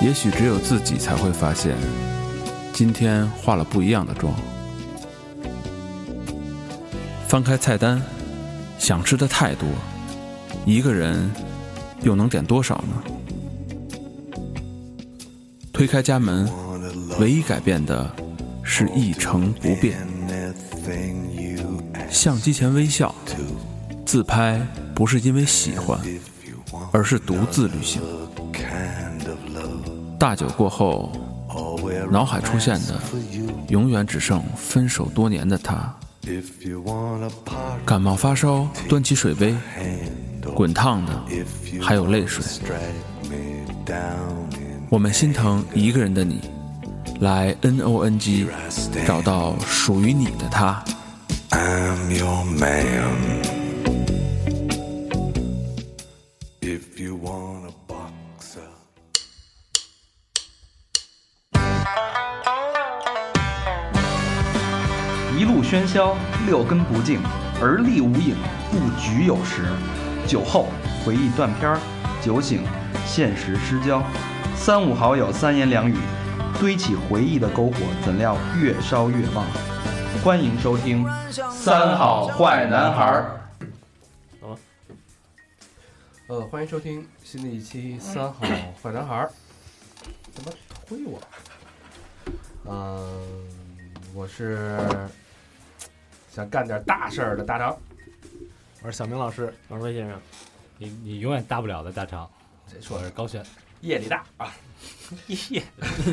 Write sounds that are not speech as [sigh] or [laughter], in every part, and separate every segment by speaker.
Speaker 1: 也许只有自己才会发现，今天化了不一样的妆。翻开菜单，想吃的太多，一个人又能点多少呢？推开家门，唯一改变的是一成不变。相机前微笑，自拍不是因为喜欢，而是独自旅行。大酒过后，脑海出现的永远只剩分手多年的他。感冒发烧，端起水杯，滚烫的，还有泪水。我们心疼一个人的你，来 N O N G，找到属于你的他。
Speaker 2: I'm your man. If you want a
Speaker 3: [laughs]
Speaker 2: boxer.
Speaker 4: 一路喧嚣，六根不净，而立无影，不局有时。酒后回忆断片儿，酒醒现实失焦。三五好友三言两语，堆起回忆的篝火，怎料越烧越旺。欢迎收听《三好坏男孩儿
Speaker 5: 呃，欢迎收听新的一
Speaker 6: 嗯
Speaker 5: 期《三好坏男孩儿》。怎么推我？嗯、我是想干点大事儿的大张。
Speaker 7: 我是小明老师，
Speaker 6: 我说魏先生，你你永远大不了的大肠，
Speaker 5: 谁
Speaker 6: 这
Speaker 5: 说
Speaker 6: 我是高轩。
Speaker 5: 夜里大啊，
Speaker 7: [laughs]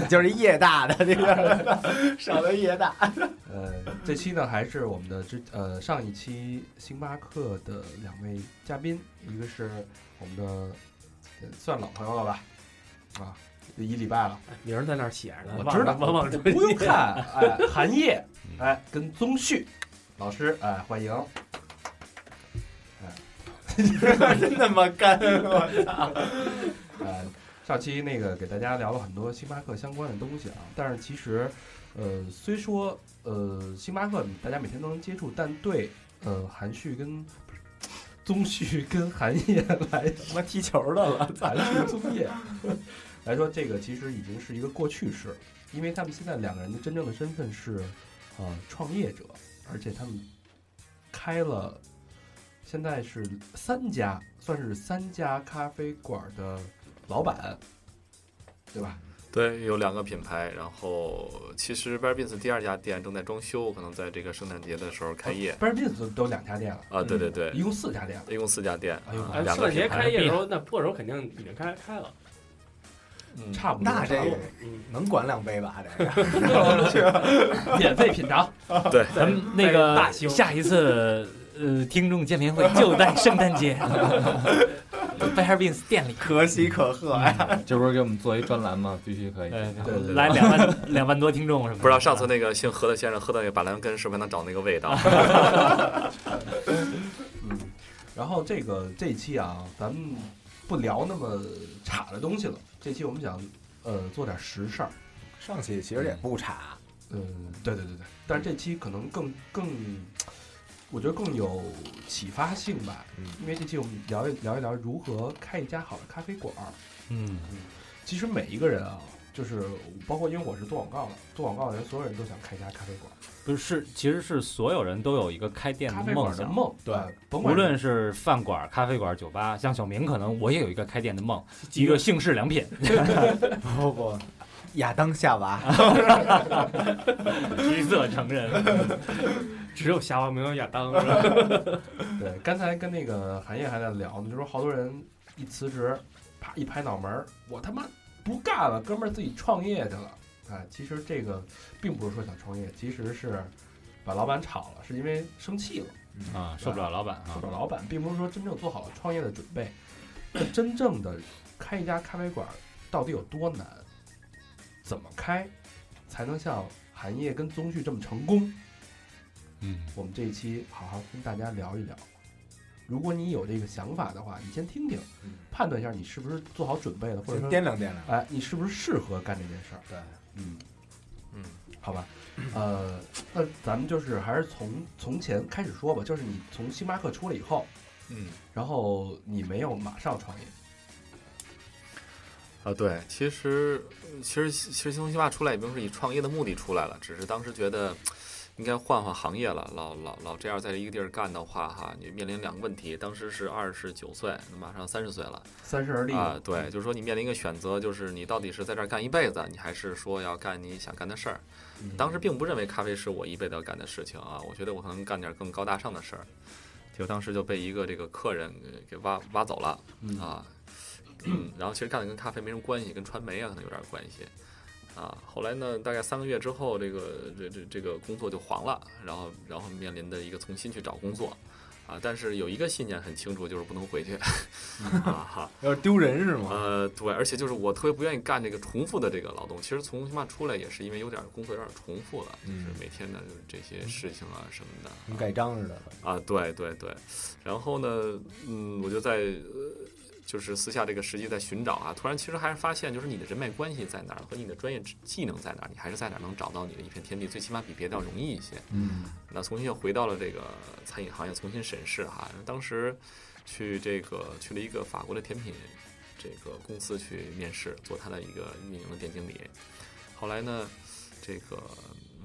Speaker 7: 就是夜大的这个，少了夜大。
Speaker 5: 呃，这期呢还是我们的之呃上一期星巴克的两位嘉宾，一个是我们的呃算老朋友了吧，啊，有一礼拜了，
Speaker 6: 名儿在那儿写着呢，
Speaker 5: 我知道，
Speaker 6: 往往
Speaker 5: 不
Speaker 6: [laughs]
Speaker 5: 用看，哎，韩烨，哎，跟宗旭老师，哎，欢迎，
Speaker 7: 真他妈
Speaker 6: [laughs]
Speaker 7: 干！
Speaker 5: 呃，上期那个给大家聊了很多星巴克相关的东西啊，但是其实，呃，虽说呃星巴克大家每天都能接触，但对呃韩旭跟不是 [laughs] 宗旭跟韩烨来
Speaker 7: 他妈踢球的
Speaker 5: [laughs]
Speaker 7: 了，
Speaker 5: 韩旭宗烨来说，这个其实已经是一个过去式，因为他们现在两个人的真正的身份是呃创业者，而且他们开了。现在是三家，算是三家咖啡馆的老板，对吧？
Speaker 8: 对，有两个品牌，然后其实 b a r b i n s 第二家店正在装修，可能在这个圣诞节的时候开业。
Speaker 5: b a r b i n 都都两家店了，
Speaker 8: 啊，对对对，
Speaker 5: 一共四家店了。
Speaker 8: 一共四家店，
Speaker 5: 哎呦
Speaker 8: 啊
Speaker 5: 哎
Speaker 8: 两
Speaker 6: 圣
Speaker 8: 个
Speaker 6: 诞
Speaker 8: 品
Speaker 6: 节
Speaker 8: 牌
Speaker 6: 开，业的时候，那波柔肯定已经开开了。
Speaker 8: 嗯
Speaker 5: 差不多，
Speaker 7: 那这
Speaker 5: 差
Speaker 7: 个
Speaker 6: 嗯，
Speaker 7: 能管两杯吧？这个
Speaker 5: 不多免费品尝，
Speaker 6: 咱们那个
Speaker 5: 大型
Speaker 6: 下一次呃听众见面会就在圣诞 [laughs] 节，Bear Beans 店里。嗯
Speaker 7: 可喜可贺呀！ [laughs]
Speaker 9: 这不是给我们做一专栏吗？必须可以。
Speaker 6: 对
Speaker 5: 对对对
Speaker 6: 来两万两万多听众什么的？
Speaker 8: 不知道嗯上次那个姓何的先生喝的那个板蓝根是不是能找那个味道？
Speaker 5: 嗯。然后这个这一期啊，咱们不聊那么差的东西了。这期我们想，呃，做点实事儿。
Speaker 7: 上期其实也不差，
Speaker 5: 嗯，对对对对。但是这期可能更更，我觉得更有启发性吧。
Speaker 7: 嗯
Speaker 5: 因为这期我们聊一聊一聊如何开一家好的咖啡馆儿。
Speaker 6: 嗯，
Speaker 5: 其实每一个人啊，就是包括因为我是做广告的，做广告的人，所有人都想开一家咖啡馆儿，
Speaker 6: 不是，其实是所有人都有一个开店
Speaker 5: 咖
Speaker 6: 的
Speaker 5: 啡
Speaker 6: 梦
Speaker 5: 馆的
Speaker 6: 想。嗯
Speaker 5: 梦，
Speaker 6: 对
Speaker 5: 呃甭
Speaker 6: 无
Speaker 5: 管
Speaker 6: 论是饭馆、咖啡馆、酒吧，像小明，可能我也有一个开店的梦，一个姓氏良品。
Speaker 7: [laughs] 不不，亚当夏
Speaker 6: [laughs]
Speaker 7: 娃，
Speaker 6: 黑色成人，
Speaker 7: [laughs]
Speaker 6: 只有夏娃没有亚当。是吧
Speaker 5: 对，刚才跟那个韩烨还在聊呢，就说好多人一辞职，啪一拍脑门儿，我他妈不干了，哥们儿自己创业去了。哎，其实这个并不是说想创业，其实是把老板炒了，是因为生气了，
Speaker 6: 啊，受不了老板
Speaker 5: 受
Speaker 6: 啊
Speaker 5: 不！了老板，并不是说真正做好了创业的准备。那真正的开一家咖啡馆儿到底有多难？怎么开才能像韩烨跟宗旭这么成功？
Speaker 6: 嗯，
Speaker 5: 我们这一期好好跟大家聊一聊。如果你有这个想法的话，你先听听，判断一下你是不是做好准备了，或
Speaker 7: 先
Speaker 5: 者说，
Speaker 7: 掂量掂量。
Speaker 5: 哎，你是不是适合干这件事儿？
Speaker 7: 对，
Speaker 5: 嗯，
Speaker 8: 嗯，
Speaker 5: 好吧，呃，那咱们就是还是从从前开始说吧，就是你从星巴克出来以后，
Speaker 8: 嗯，
Speaker 5: 然后你没有马上创业，
Speaker 8: 啊，对，其实其实其实新东西化出来已经是以创业的目的出来了，只是当时觉得应该换换行业了，老老老这样在一个地儿干的话，哈，你面临两个问题，当时是二十九岁，马上三十岁了。
Speaker 5: 三十而立嗯
Speaker 8: 啊，对，就是说你面临一个选择，就是你到底是在这儿干一辈子，你还是说要干你想干的事儿。
Speaker 5: 嗯
Speaker 8: 当时并不认为咖啡是我一辈子要干的事情啊，我觉得我可能干点更高大上的事儿。就当时就被一个这个客人给给挖挖走了啊，嗯，然后其实干的跟咖啡没什么关系，跟传媒啊可能有点关系啊。后来呢，大概三个月之后，这个这这这个工作就黄了，然后然后面临的一个重新去找工作啊，但是有一个信念很清楚，就是不能回去
Speaker 5: 嗯
Speaker 8: [laughs] 啊哈。
Speaker 7: 有点丢人是
Speaker 9: 嗯
Speaker 7: 吗？
Speaker 8: 呃，对，而且就是我特别不愿意干这个重复的这个劳动。其实从他妈出来也是因为有点工作有点重复了，就是每天的就是这些事情啊什么的。
Speaker 7: 跟盖章似的。
Speaker 8: 啊，对对对，然后呢，嗯，我就在呃，就是私下这个实际在寻找啊，突然其实还是发现，就是你的人脉关系在哪儿和你的专业知技能在哪儿，你还是在哪儿能找到你的一片天地，最起码比别的要容易一些。
Speaker 7: 嗯，
Speaker 8: 那重新又回到了这个餐饮行业，重新审视哈、当时去这个去了一个法国的甜品这个公司去面试，做他的一个运营的店经理。后来呢，这个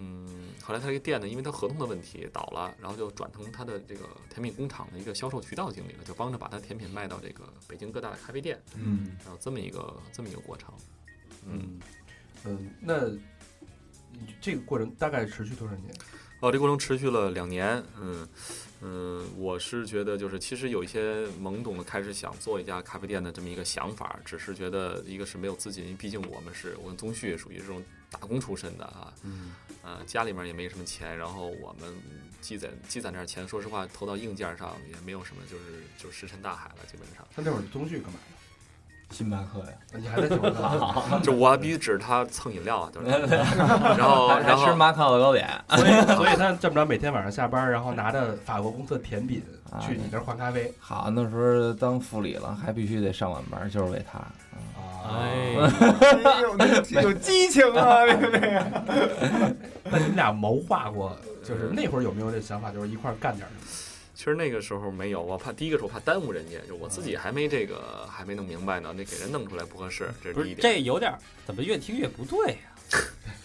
Speaker 8: 嗯，后来他这个店呢，因为他合同的问题倒了，然后就转成他的这个甜品工厂的一个销售渠道经理了，就帮着把他甜品卖到这个北京各大的咖啡店，
Speaker 7: 嗯，
Speaker 8: 然后这么一个这么一个过程。嗯，
Speaker 5: 嗯，那这个过程大概持续多少年？
Speaker 8: 哦，这过程持续了两年，嗯嗯，我是觉得就是其实有一些懵懂的开始想做一家咖啡店的这么一个想法，只是觉得一个是没有资金，因为毕竟我们是我跟宗旭属于这种打工出身的啊，
Speaker 7: 嗯，
Speaker 8: 呃，家里面也没什么钱，然后我们积攒积攒点钱，说实话投到硬件上也没有什么，就是就石沉大海了，基本上。
Speaker 5: 他那会儿宗旭干嘛？
Speaker 9: 星巴克
Speaker 6: [laughs]
Speaker 9: 呀，
Speaker 5: 你还在酒
Speaker 9: [laughs]
Speaker 5: 吧？
Speaker 8: 就我必须指着他蹭饮料啊，就是，然后然
Speaker 9: 还吃
Speaker 8: 后
Speaker 9: 马卡的糕点，
Speaker 5: 所以所以他这么着，每天晚上下班，然后拿着法国公司的甜品
Speaker 9: 啊
Speaker 5: 去你那儿换咖啡
Speaker 9: 好，那时候当副理了，还必须得上晚班，就是为他。
Speaker 5: 啊。
Speaker 6: 哎，
Speaker 7: 哎呦，那有激情啊！这个这个，
Speaker 5: 那你们俩谋划过，就是那会儿有没有这想法，就是一块儿干点什么？
Speaker 8: 其实那个时候没有，我怕第一个是我怕耽误人家，就我自己还没这个还没弄明白呢，那给人弄出来不合适，这
Speaker 6: 不是
Speaker 8: 是第一
Speaker 6: 这
Speaker 8: 点。
Speaker 6: 有点儿怎么越听越不对呀、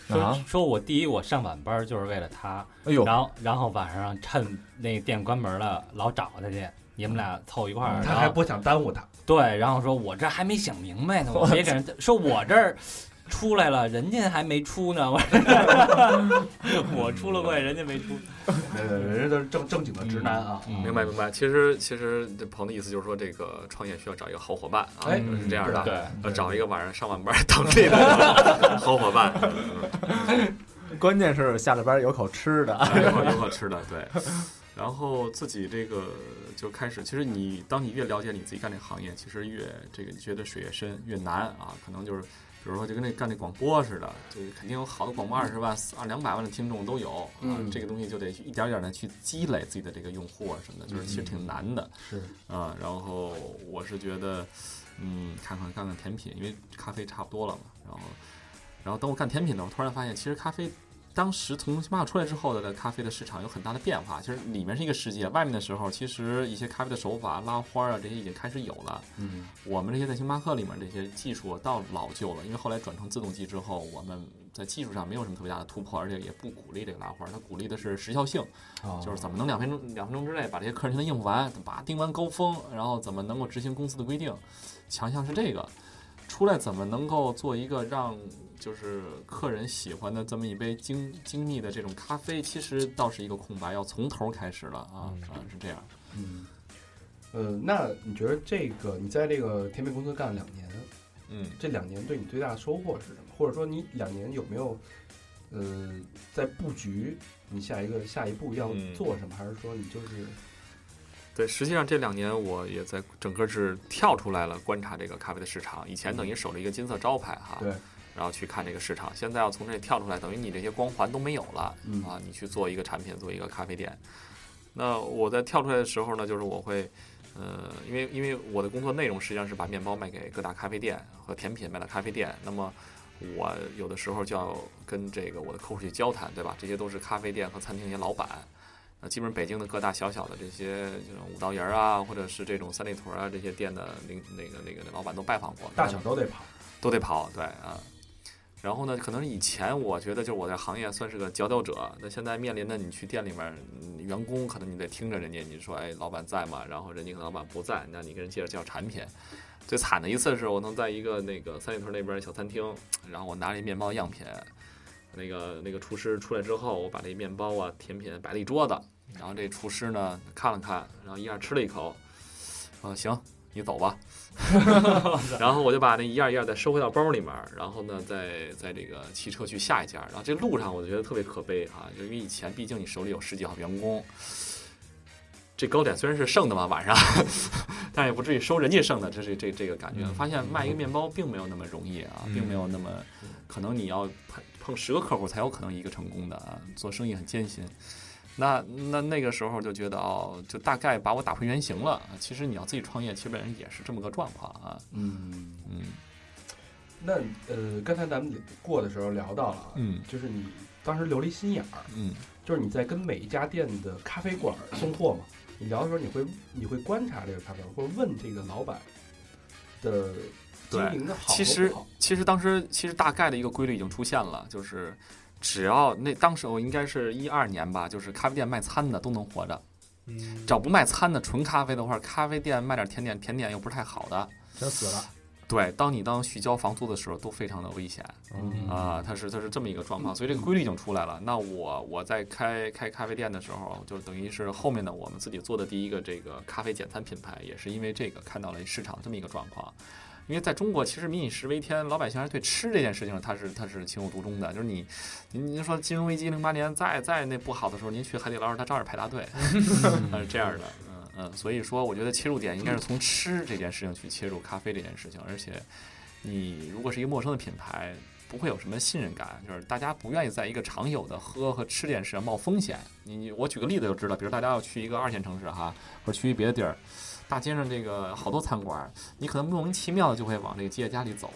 Speaker 9: 啊
Speaker 6: 说说我第一，我上晚班儿就是为了他，
Speaker 9: 哎呦，
Speaker 6: 然后然后晚上趁那店关门了，老找他去，你们俩凑一块儿，
Speaker 5: 嗯他
Speaker 6: 然后
Speaker 5: 还不想耽误他，
Speaker 6: 对，然后说我这还没想明白呢，我别给人说我这儿出来了，人家还没出呢，我 [laughs] 我出了柜，人家没出，
Speaker 5: 对对，人家都是正正经的直男啊。
Speaker 6: 嗯
Speaker 8: 明白明白，其实其实这鹏的意思就是说，这个创业需要找一个好伙伴啊，
Speaker 5: 哎
Speaker 8: 是这样的，
Speaker 6: 对，
Speaker 8: 要找一个晚上上晚班当这个 [laughs] 好伙伴，
Speaker 7: 关键是下了班有口吃
Speaker 9: 啊
Speaker 7: 的。
Speaker 8: 有好有好吃的，对。然后自己这个就开始，其实你当你越了解你自己干这个行业，其实越这个你觉得水越深越难啊，可能就是比如说就跟那干那广播似的，就是肯定有好的广播二十万、二两百万的听众都有啊，这个东西就得一点儿一点的去积累自己的这个用户啊什么的，就是其实挺难的。
Speaker 5: 是
Speaker 8: 啊，然后我是觉得，嗯，看看干干甜品，因为咖啡差不多了嘛。然后，然后等我干甜品的，我突然发现，其实咖啡当时从星巴克出来之后的咖啡的市场有很大的变化。其实里面是一个世界，外面的时候，其实一些咖啡的手法、拉花啊这些已经开始有了。
Speaker 7: 嗯，
Speaker 8: 我们这些在星巴克里面这些技术到老旧了，因为后来转成自动机之后，我们在技术上没有什么特别大的突破，而且也不鼓励这个拉花，它鼓励的是时效性。
Speaker 5: 啊
Speaker 8: 就是怎么能两分钟两分钟之内把这些客人全都应付完，把它定完高峰，然后怎么能够执行公司的规定，强项是这个，出来怎么能够做一个让就是客人喜欢的这么一杯精精密的这种咖啡，其实倒是一个空白，要从头开始了啊啊是这样，
Speaker 5: 嗯，呃，那你觉得这个你在这个甜品公司干了两年，
Speaker 8: 嗯
Speaker 5: 这两年对你最大的收获是什么？或者说你两年有没有，呃，在布局你下一个下一步要
Speaker 8: 嗯
Speaker 5: 做什么？还是说你就是
Speaker 8: 对，实际上这两年我也在整个是跳出来了，观察这个咖啡的市场。以前等于守着一个金色招牌哈，
Speaker 5: 对，
Speaker 8: 然后去看这个市场。现在要从这里跳出来，等于你这些光环都没有了、
Speaker 5: 嗯
Speaker 8: 啊，你去做一个产品，做一个咖啡店。那我在跳出来的时候呢，就是我会，呃，因为因为我的工作内容实际上是把面包卖给各大咖啡店和甜品卖到咖啡店，那么。我有的时候就要跟这个我的客户去交谈，对吧？这些都是咖啡店和餐厅一些老板，呃，基本上北京的各大小小的这些这种五道营儿啊，或者是这种三里屯儿啊这些店的那那个那个那老板都拜访过，
Speaker 5: 大小都得跑？
Speaker 8: 都得跑，对啊。然后呢，可能以前我觉得就是我在行业算是个佼佼者，那现在面临的你去店里面，嗯员工可能你得听着人家，你说哎，老板在吗？然后人家可能老板不在，那你跟人介绍介绍产品。最惨的一次是我能在一个那个三里呃屯那边小餐厅，然后我拿了一面包样品，那个呃那个厨师出来之后，我把这面包啊甜品摆了一桌子，然后这厨师呢看了看，然后一下吃了一口，说行，你走吧。然后我就把那一样一样再收回到包里面儿，然后呢，再在这个骑车去下一家。然后这路上我就觉得特别可悲啊，因为以前毕竟你手里有十几号员工，这糕点虽然是剩的嘛晚上， [laughs] 但也不至于收人家剩的，这是这这个感觉。发现卖一个面包并没有那么容易啊，并没有那么可能你要碰碰十个客户才有可能一个成功的啊，做生意很艰辛。那那那个时候就觉得哦，就大概把我打回原形了。啊其实你要自己创业，基本上也是这么个状况啊。
Speaker 6: 嗯，
Speaker 8: 嗯
Speaker 5: 那呃，刚才咱们过的时候聊到了啊，
Speaker 8: 嗯
Speaker 5: 就是你当时留了一心眼儿，
Speaker 8: 嗯
Speaker 5: 就是你在跟每一家店的咖啡馆儿送货嘛，你聊的时候你会你会观察这个咖啡馆，或者问这个老板的经营的好
Speaker 8: 其
Speaker 5: 和
Speaker 8: 实
Speaker 5: 不好。
Speaker 8: 其实当时其实大概的一个规律已经出现了，就是只要那当时我应该是一二年吧，就是咖啡店卖餐的都能活着，
Speaker 7: 嗯，
Speaker 8: 只要不卖餐的纯咖啡的话，咖啡店卖点甜点，甜点又不是太好的，
Speaker 7: 全死了。
Speaker 8: 对，当你当续交房租的时候都非常的危险。
Speaker 6: 嗯
Speaker 8: 啊，它是它是这么一个状况，所以这个规律已经出来了。那我我在开开咖啡店的时候，就等于是后面呢，我们自己做的第一个这个咖啡简餐品牌，也是因为这个看到了市场这么一个状况。因为在中国，其实民以食为天，老百姓还是对吃这件事情，他是他是情有独钟的。就是你，您您说金融危机零八年再再那不好的时候，您去海底捞他照样排大队，他是这样的。嗯嗯，所以说我觉得切入点应该是从吃这件事情去切入咖啡这件事情，而且你如果是一个陌生的品牌，不会有什么信任感，就是大家不愿意在一个常有的喝和吃这件事上冒风险。你你我举个例子就知道，比如大家要去一个二线城市哈，或者去一别的地儿，大街上这个好多餐馆，你可能莫名其妙的就会往这个吉野家里走，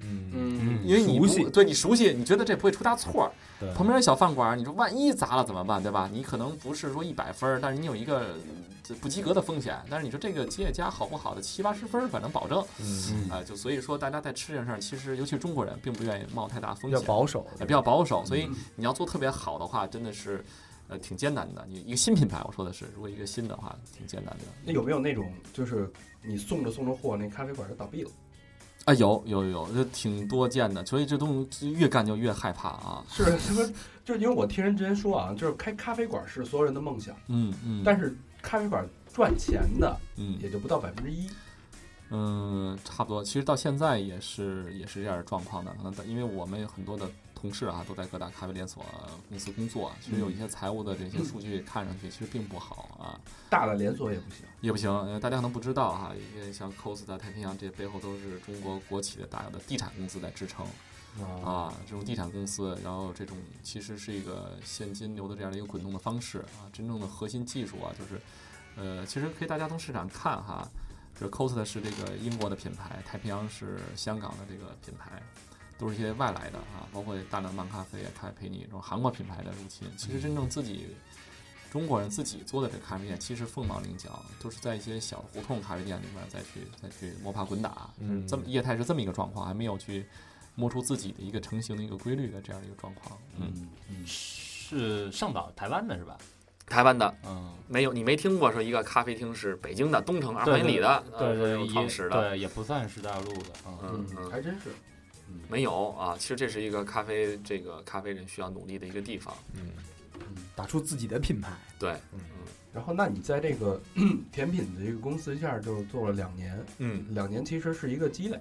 Speaker 7: 嗯，
Speaker 6: 嗯
Speaker 8: 因为你
Speaker 7: 熟
Speaker 8: 不
Speaker 7: 悉
Speaker 8: 对你熟悉，你觉得这不会出大错儿。
Speaker 7: 对
Speaker 8: 旁边的小饭馆，你说万一砸了怎么办，对吧？你可能不是说一百分儿，但是你有一个呃不及格的风险。但是你说这个吉野家好不好的，七八十分儿反正保证啊、
Speaker 7: 嗯
Speaker 8: 呃就所以说大家在吃这件事儿，其实尤其中国人并不愿意冒太大风
Speaker 7: 比较
Speaker 8: 险，
Speaker 7: 保守，
Speaker 8: 呃比较保守。所以
Speaker 5: 嗯
Speaker 8: 你要做特别好的话，真的是呃挺艰难的。你一个新品牌，我说的是，如果一个新的话，挺艰难的。
Speaker 5: 那有没有那种就是你送着送着货，那咖啡馆就倒闭了？
Speaker 8: 啊，有有有，这挺多见的，所以这东西越干就越害怕啊。
Speaker 5: 是
Speaker 8: [laughs]
Speaker 5: 他们就是因为我听人之前说啊，就是开咖啡馆是所有人的梦想，
Speaker 8: 嗯嗯，
Speaker 5: 但是咖啡馆赚钱的
Speaker 8: 嗯
Speaker 5: 也就不到百分之一。
Speaker 8: 嗯，差不多。其实到现在也是也是这样的状况的。可能在因为我们有很多的同事啊，都在各大咖啡连锁公司工作，啊其实有一些财务的这些数据看上去其实并不好啊，
Speaker 5: 大的连锁也不行。
Speaker 8: 也不行。呃大家可能不知道哈、因为像 Costa、太平洋这背后都是中国国企的大的地产公司在支撑啊，这种地产公司，然后这种其实是一个现金流的这样的一个滚动的方式啊。真正的核心技术啊，就是呃，其实可以大家从市场看哈，就是 Costa 是这个英国的品牌，太平洋是香港的这个品牌，都是一些外来的啊，包括大量漫咖啡、咖啡尼这种韩国品牌的入侵。其实真正自己中国人自己做的这咖啡店，其实凤毛麟角，都是在一些小胡同咖啡店里面再去再去摸爬滚打，就是这么业态是这么一个状况，还没有去摸出自己的一个成型的一个规律的这样的一个状况。嗯，
Speaker 6: 是上岛台湾的是吧？
Speaker 8: 台湾的
Speaker 6: 嗯，
Speaker 8: 没有，你没听过说一个咖啡厅是北京的东城二
Speaker 6: 对
Speaker 8: 环里的，
Speaker 6: 对
Speaker 8: 呃
Speaker 6: 对，
Speaker 8: 有创始
Speaker 6: 也
Speaker 8: 的，
Speaker 6: 对也不算是大陆的，嗯，
Speaker 8: 嗯嗯。
Speaker 5: 还真是。
Speaker 8: 没有啊，其实这是一个咖啡，这个咖啡人需要努力的一个地方。
Speaker 7: 打出自己的品牌，
Speaker 8: 对，
Speaker 5: 然后，那你在这个 [clears throat] 甜品的这个公司一下就做了两年，
Speaker 8: 嗯，
Speaker 5: 两年其实是一个积累。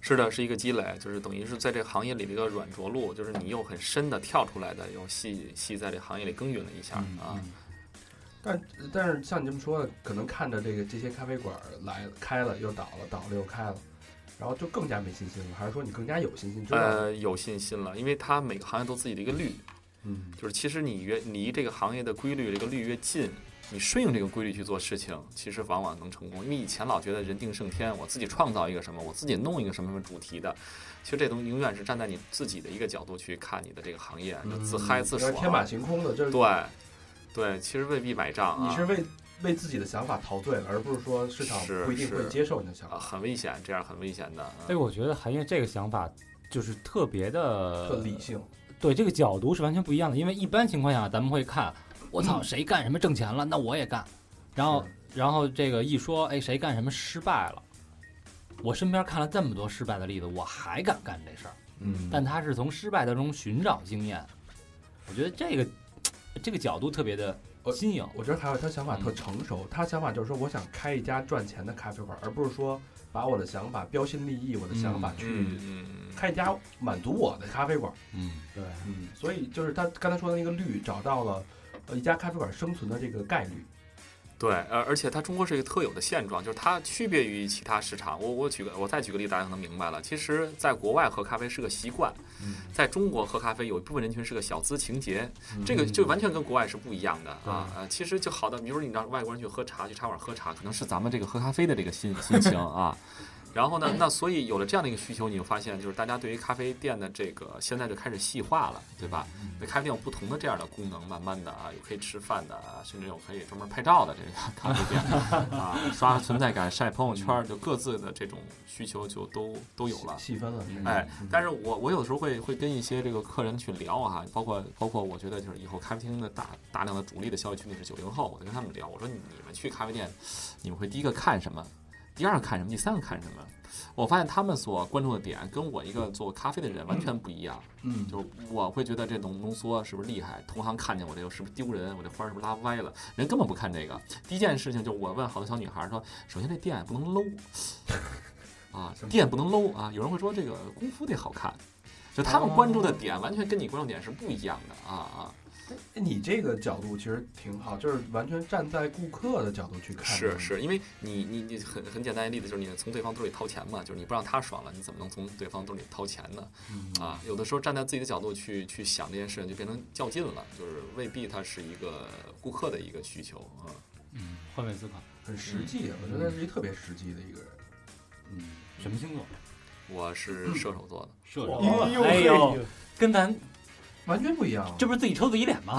Speaker 8: 是的，是一个积累，就是等于是在这个行业里的一个软着陆，就是你又很深的跳出来的，又细细在这行业里耕耘了一下啊。
Speaker 5: 但但是像你这么说的，可能看着这个这些咖啡馆来了开了又倒了，倒了又开了，然后就更加没信心了。还是说你更加有信心？知道，
Speaker 8: 呃，有信心了，因为它每个行业都自己的一个律，
Speaker 5: 嗯，
Speaker 8: 就是其实你越离这个行业的规律、这个律越近，你顺应这个规律去做事情，其实往往能成功。因为以前老觉得人定胜天，我自己创造一个什么，我自己弄一个什么什么主题的，其实这东西永远是站在你自己的一个角度去看你的这个行业，就自嗨自
Speaker 5: 嗯有点天马
Speaker 8: 爽。
Speaker 5: 行空的，就是
Speaker 8: 对，对，其实未必买账
Speaker 5: 你
Speaker 8: 啊
Speaker 5: 是。为为自己的想法陶醉了，而不是说市场
Speaker 8: 是
Speaker 5: 不一定会
Speaker 8: 是
Speaker 5: 接受你的想法，
Speaker 8: 啊，很危险，这样很危险的。嗯
Speaker 6: 哎，我觉得韩月这个想法就是特别的
Speaker 5: 特理性。
Speaker 6: 对这个角度是完全不一样的，因为一般情况下咱们会看，我操，谁干什么挣钱了，那我也干。然后，然后这个一说，哎，谁干什么失败了，我身边看了这么多失败的例子，我还敢干这事儿。
Speaker 8: 嗯，
Speaker 6: 但他是从失败当中寻找经验，我觉得这个这个角度特别的新颖。
Speaker 5: 我觉得还有他想法
Speaker 8: 嗯
Speaker 5: 特成熟，他想法就是说，我想开一家赚钱的咖啡馆，而不是说把我的想法标新立异，我的想法
Speaker 8: 嗯
Speaker 5: 去
Speaker 8: 嗯
Speaker 5: 开一家满足我的咖啡馆。
Speaker 6: 嗯，
Speaker 5: 对，嗯，所以就是他刚才说的那个绿，找到了呃一家咖啡馆生存的这个概率。
Speaker 8: 对，呃而而且它中国是一个特有的现状，就是它区别于其他市场。我我举个，我再举个例子，大家可能明白了。其实，在国外喝咖啡是个习惯，在中国喝咖啡有一部分人群是个小资情节，这个就完全跟国外是不一样的啊。呃，其实就好的，比如你让外国人去喝茶，去茶馆喝茶，可能是咱们这个喝咖啡的这个心心情啊。 [laughs] 然后呢，那所以有了这样的一个需求，你就发现就是大家对于咖啡店的这个现在就开始细化了，对吧？那咖啡店有不同的这样的功能，慢慢的啊，有可以吃饭的啊，甚至有可以专门拍照的这个咖啡店 [laughs] 啊，刷存在感、晒朋友圈儿，就各自的这种需求就都都有了。
Speaker 5: 细分了，是吧嗯
Speaker 8: 哎，但是我我有时候会会跟一些这个客人去聊啊，包括包括我觉得就是以后咖啡厅的大大量的主力的消费群体是九零后，我就跟他们聊，我说你你们去咖啡店，你们会第一个看什么，第二个看什么，第三个看什么？我发现他们所关注的点跟我一个做咖啡的人完全不一样。
Speaker 5: 嗯，
Speaker 8: 就是我会觉得这浓浓缩是不是厉害，同行看见我这个是不是丢人，我这花儿是不是拉歪了？人根本不看这个。第一件事情就是我问好多小女孩儿说，首先这店不能 low 啊，店不能 low 啊。有人会说这个功夫得好看，就他们关注的点完全跟你关注点是不一样的啊啊。
Speaker 5: 哎你这个角度其实挺好，就是完全站在顾客的角度去看。
Speaker 8: 是，是，因为你你你很很简单的例子就是你从对方兜里掏钱嘛，就是你不让他爽了，你怎么能从对方兜里掏钱呢？啊，有的时候站在自己的角度去去想这件事，就变成较劲了，就是未必它是一个顾客的一个需求啊。
Speaker 6: 嗯，换位思考。
Speaker 5: 很
Speaker 8: 嗯
Speaker 5: 实际，我觉得是一特别实际的一个人。
Speaker 6: 什么星座？
Speaker 8: 我是射手座的，
Speaker 6: 射
Speaker 7: 哎呦
Speaker 6: 哎呦，跟咱
Speaker 5: 完全不一样啊，
Speaker 6: 这不是自己抽自己脸
Speaker 5: [laughs]
Speaker 6: 吗？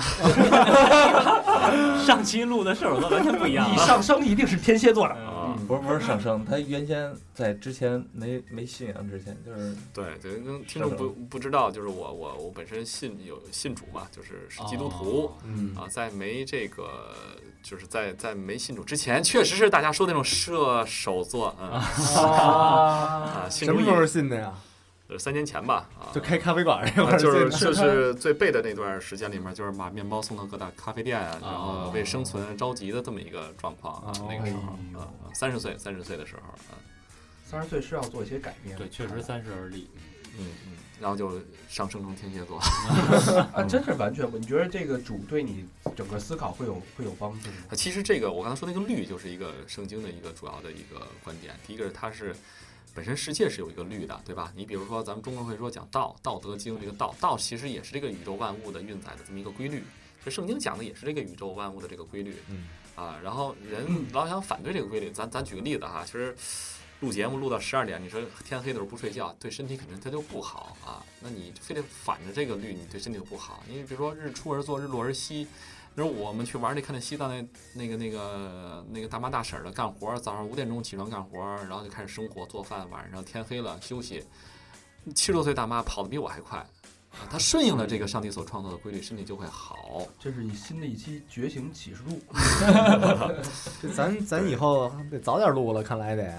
Speaker 6: 上期录的射手座完全不一样
Speaker 5: 你
Speaker 6: 啊。
Speaker 5: 上升一定是天蝎座的，
Speaker 8: 啊
Speaker 5: 嗯
Speaker 9: 不是不是上升，他原先在之前没没信仰之前，就是
Speaker 8: 对对，跟听众不不知道，就是我我我本身信有信主嘛，就是是基督徒
Speaker 6: 哦
Speaker 7: 嗯，
Speaker 8: 啊，在没这个就是在在没信主之前，确实是大家说的那种射手座，嗯
Speaker 7: [laughs]
Speaker 8: 啊，信
Speaker 7: 什
Speaker 8: 主
Speaker 7: 么
Speaker 8: 以
Speaker 7: 时候信的呀？
Speaker 8: 呃三年前吧啊，
Speaker 7: 就开咖啡馆这会
Speaker 8: 啊，
Speaker 7: 儿
Speaker 8: 就是
Speaker 7: 信
Speaker 8: 就
Speaker 7: 的
Speaker 8: 是最背的那段时间里面，就是把面包送到各大咖啡店，啊，然
Speaker 7: 哦
Speaker 8: 后为生存着急的这么一个状况啊。那个时
Speaker 7: 哎
Speaker 8: 候啊，三十岁，三十岁的时候啊，
Speaker 5: 三十岁是要做一些改变。
Speaker 6: 对，确实三十而立。
Speaker 8: 嗯嗯，然后就上升成天蝎座。
Speaker 5: 啊，真是完全不。你觉得这个主对你整个思考会有会有帮助吗？
Speaker 8: 其实这个我刚才说那个律就是一个圣经的一个主要的一个观点。第一个是它是本身世界是有一个律的，对吧？你比如说咱们中国人会说讲道，《道德经》这个道，道其实也是这个宇宙万物的运载的这么一个规律。这圣经讲的也是这个宇宙万物的这个规律。
Speaker 9: 嗯
Speaker 8: 啊，然后人老想反对这个规律，咱咱举个例子哈，其实。录节目录到十二点，你说天黑的时候不睡觉，对身体肯定它就不好啊。那你非得反着这个律，你对身体就不好。你比如说日出而作，日落而息，那时候我们去玩儿那看那西藏那那个那个那个大妈大婶儿的干活儿，早上五点钟起床干活儿，然后就开始生活做饭，晚上天黑了休息。七十多岁大妈跑得比我还快，啊她顺应了这个上帝所创造的规律，身体就会好。
Speaker 5: 这是你新的一期《觉醒启示录》，
Speaker 8: 啊
Speaker 7: 这咱咱以后得早点录了，看来得。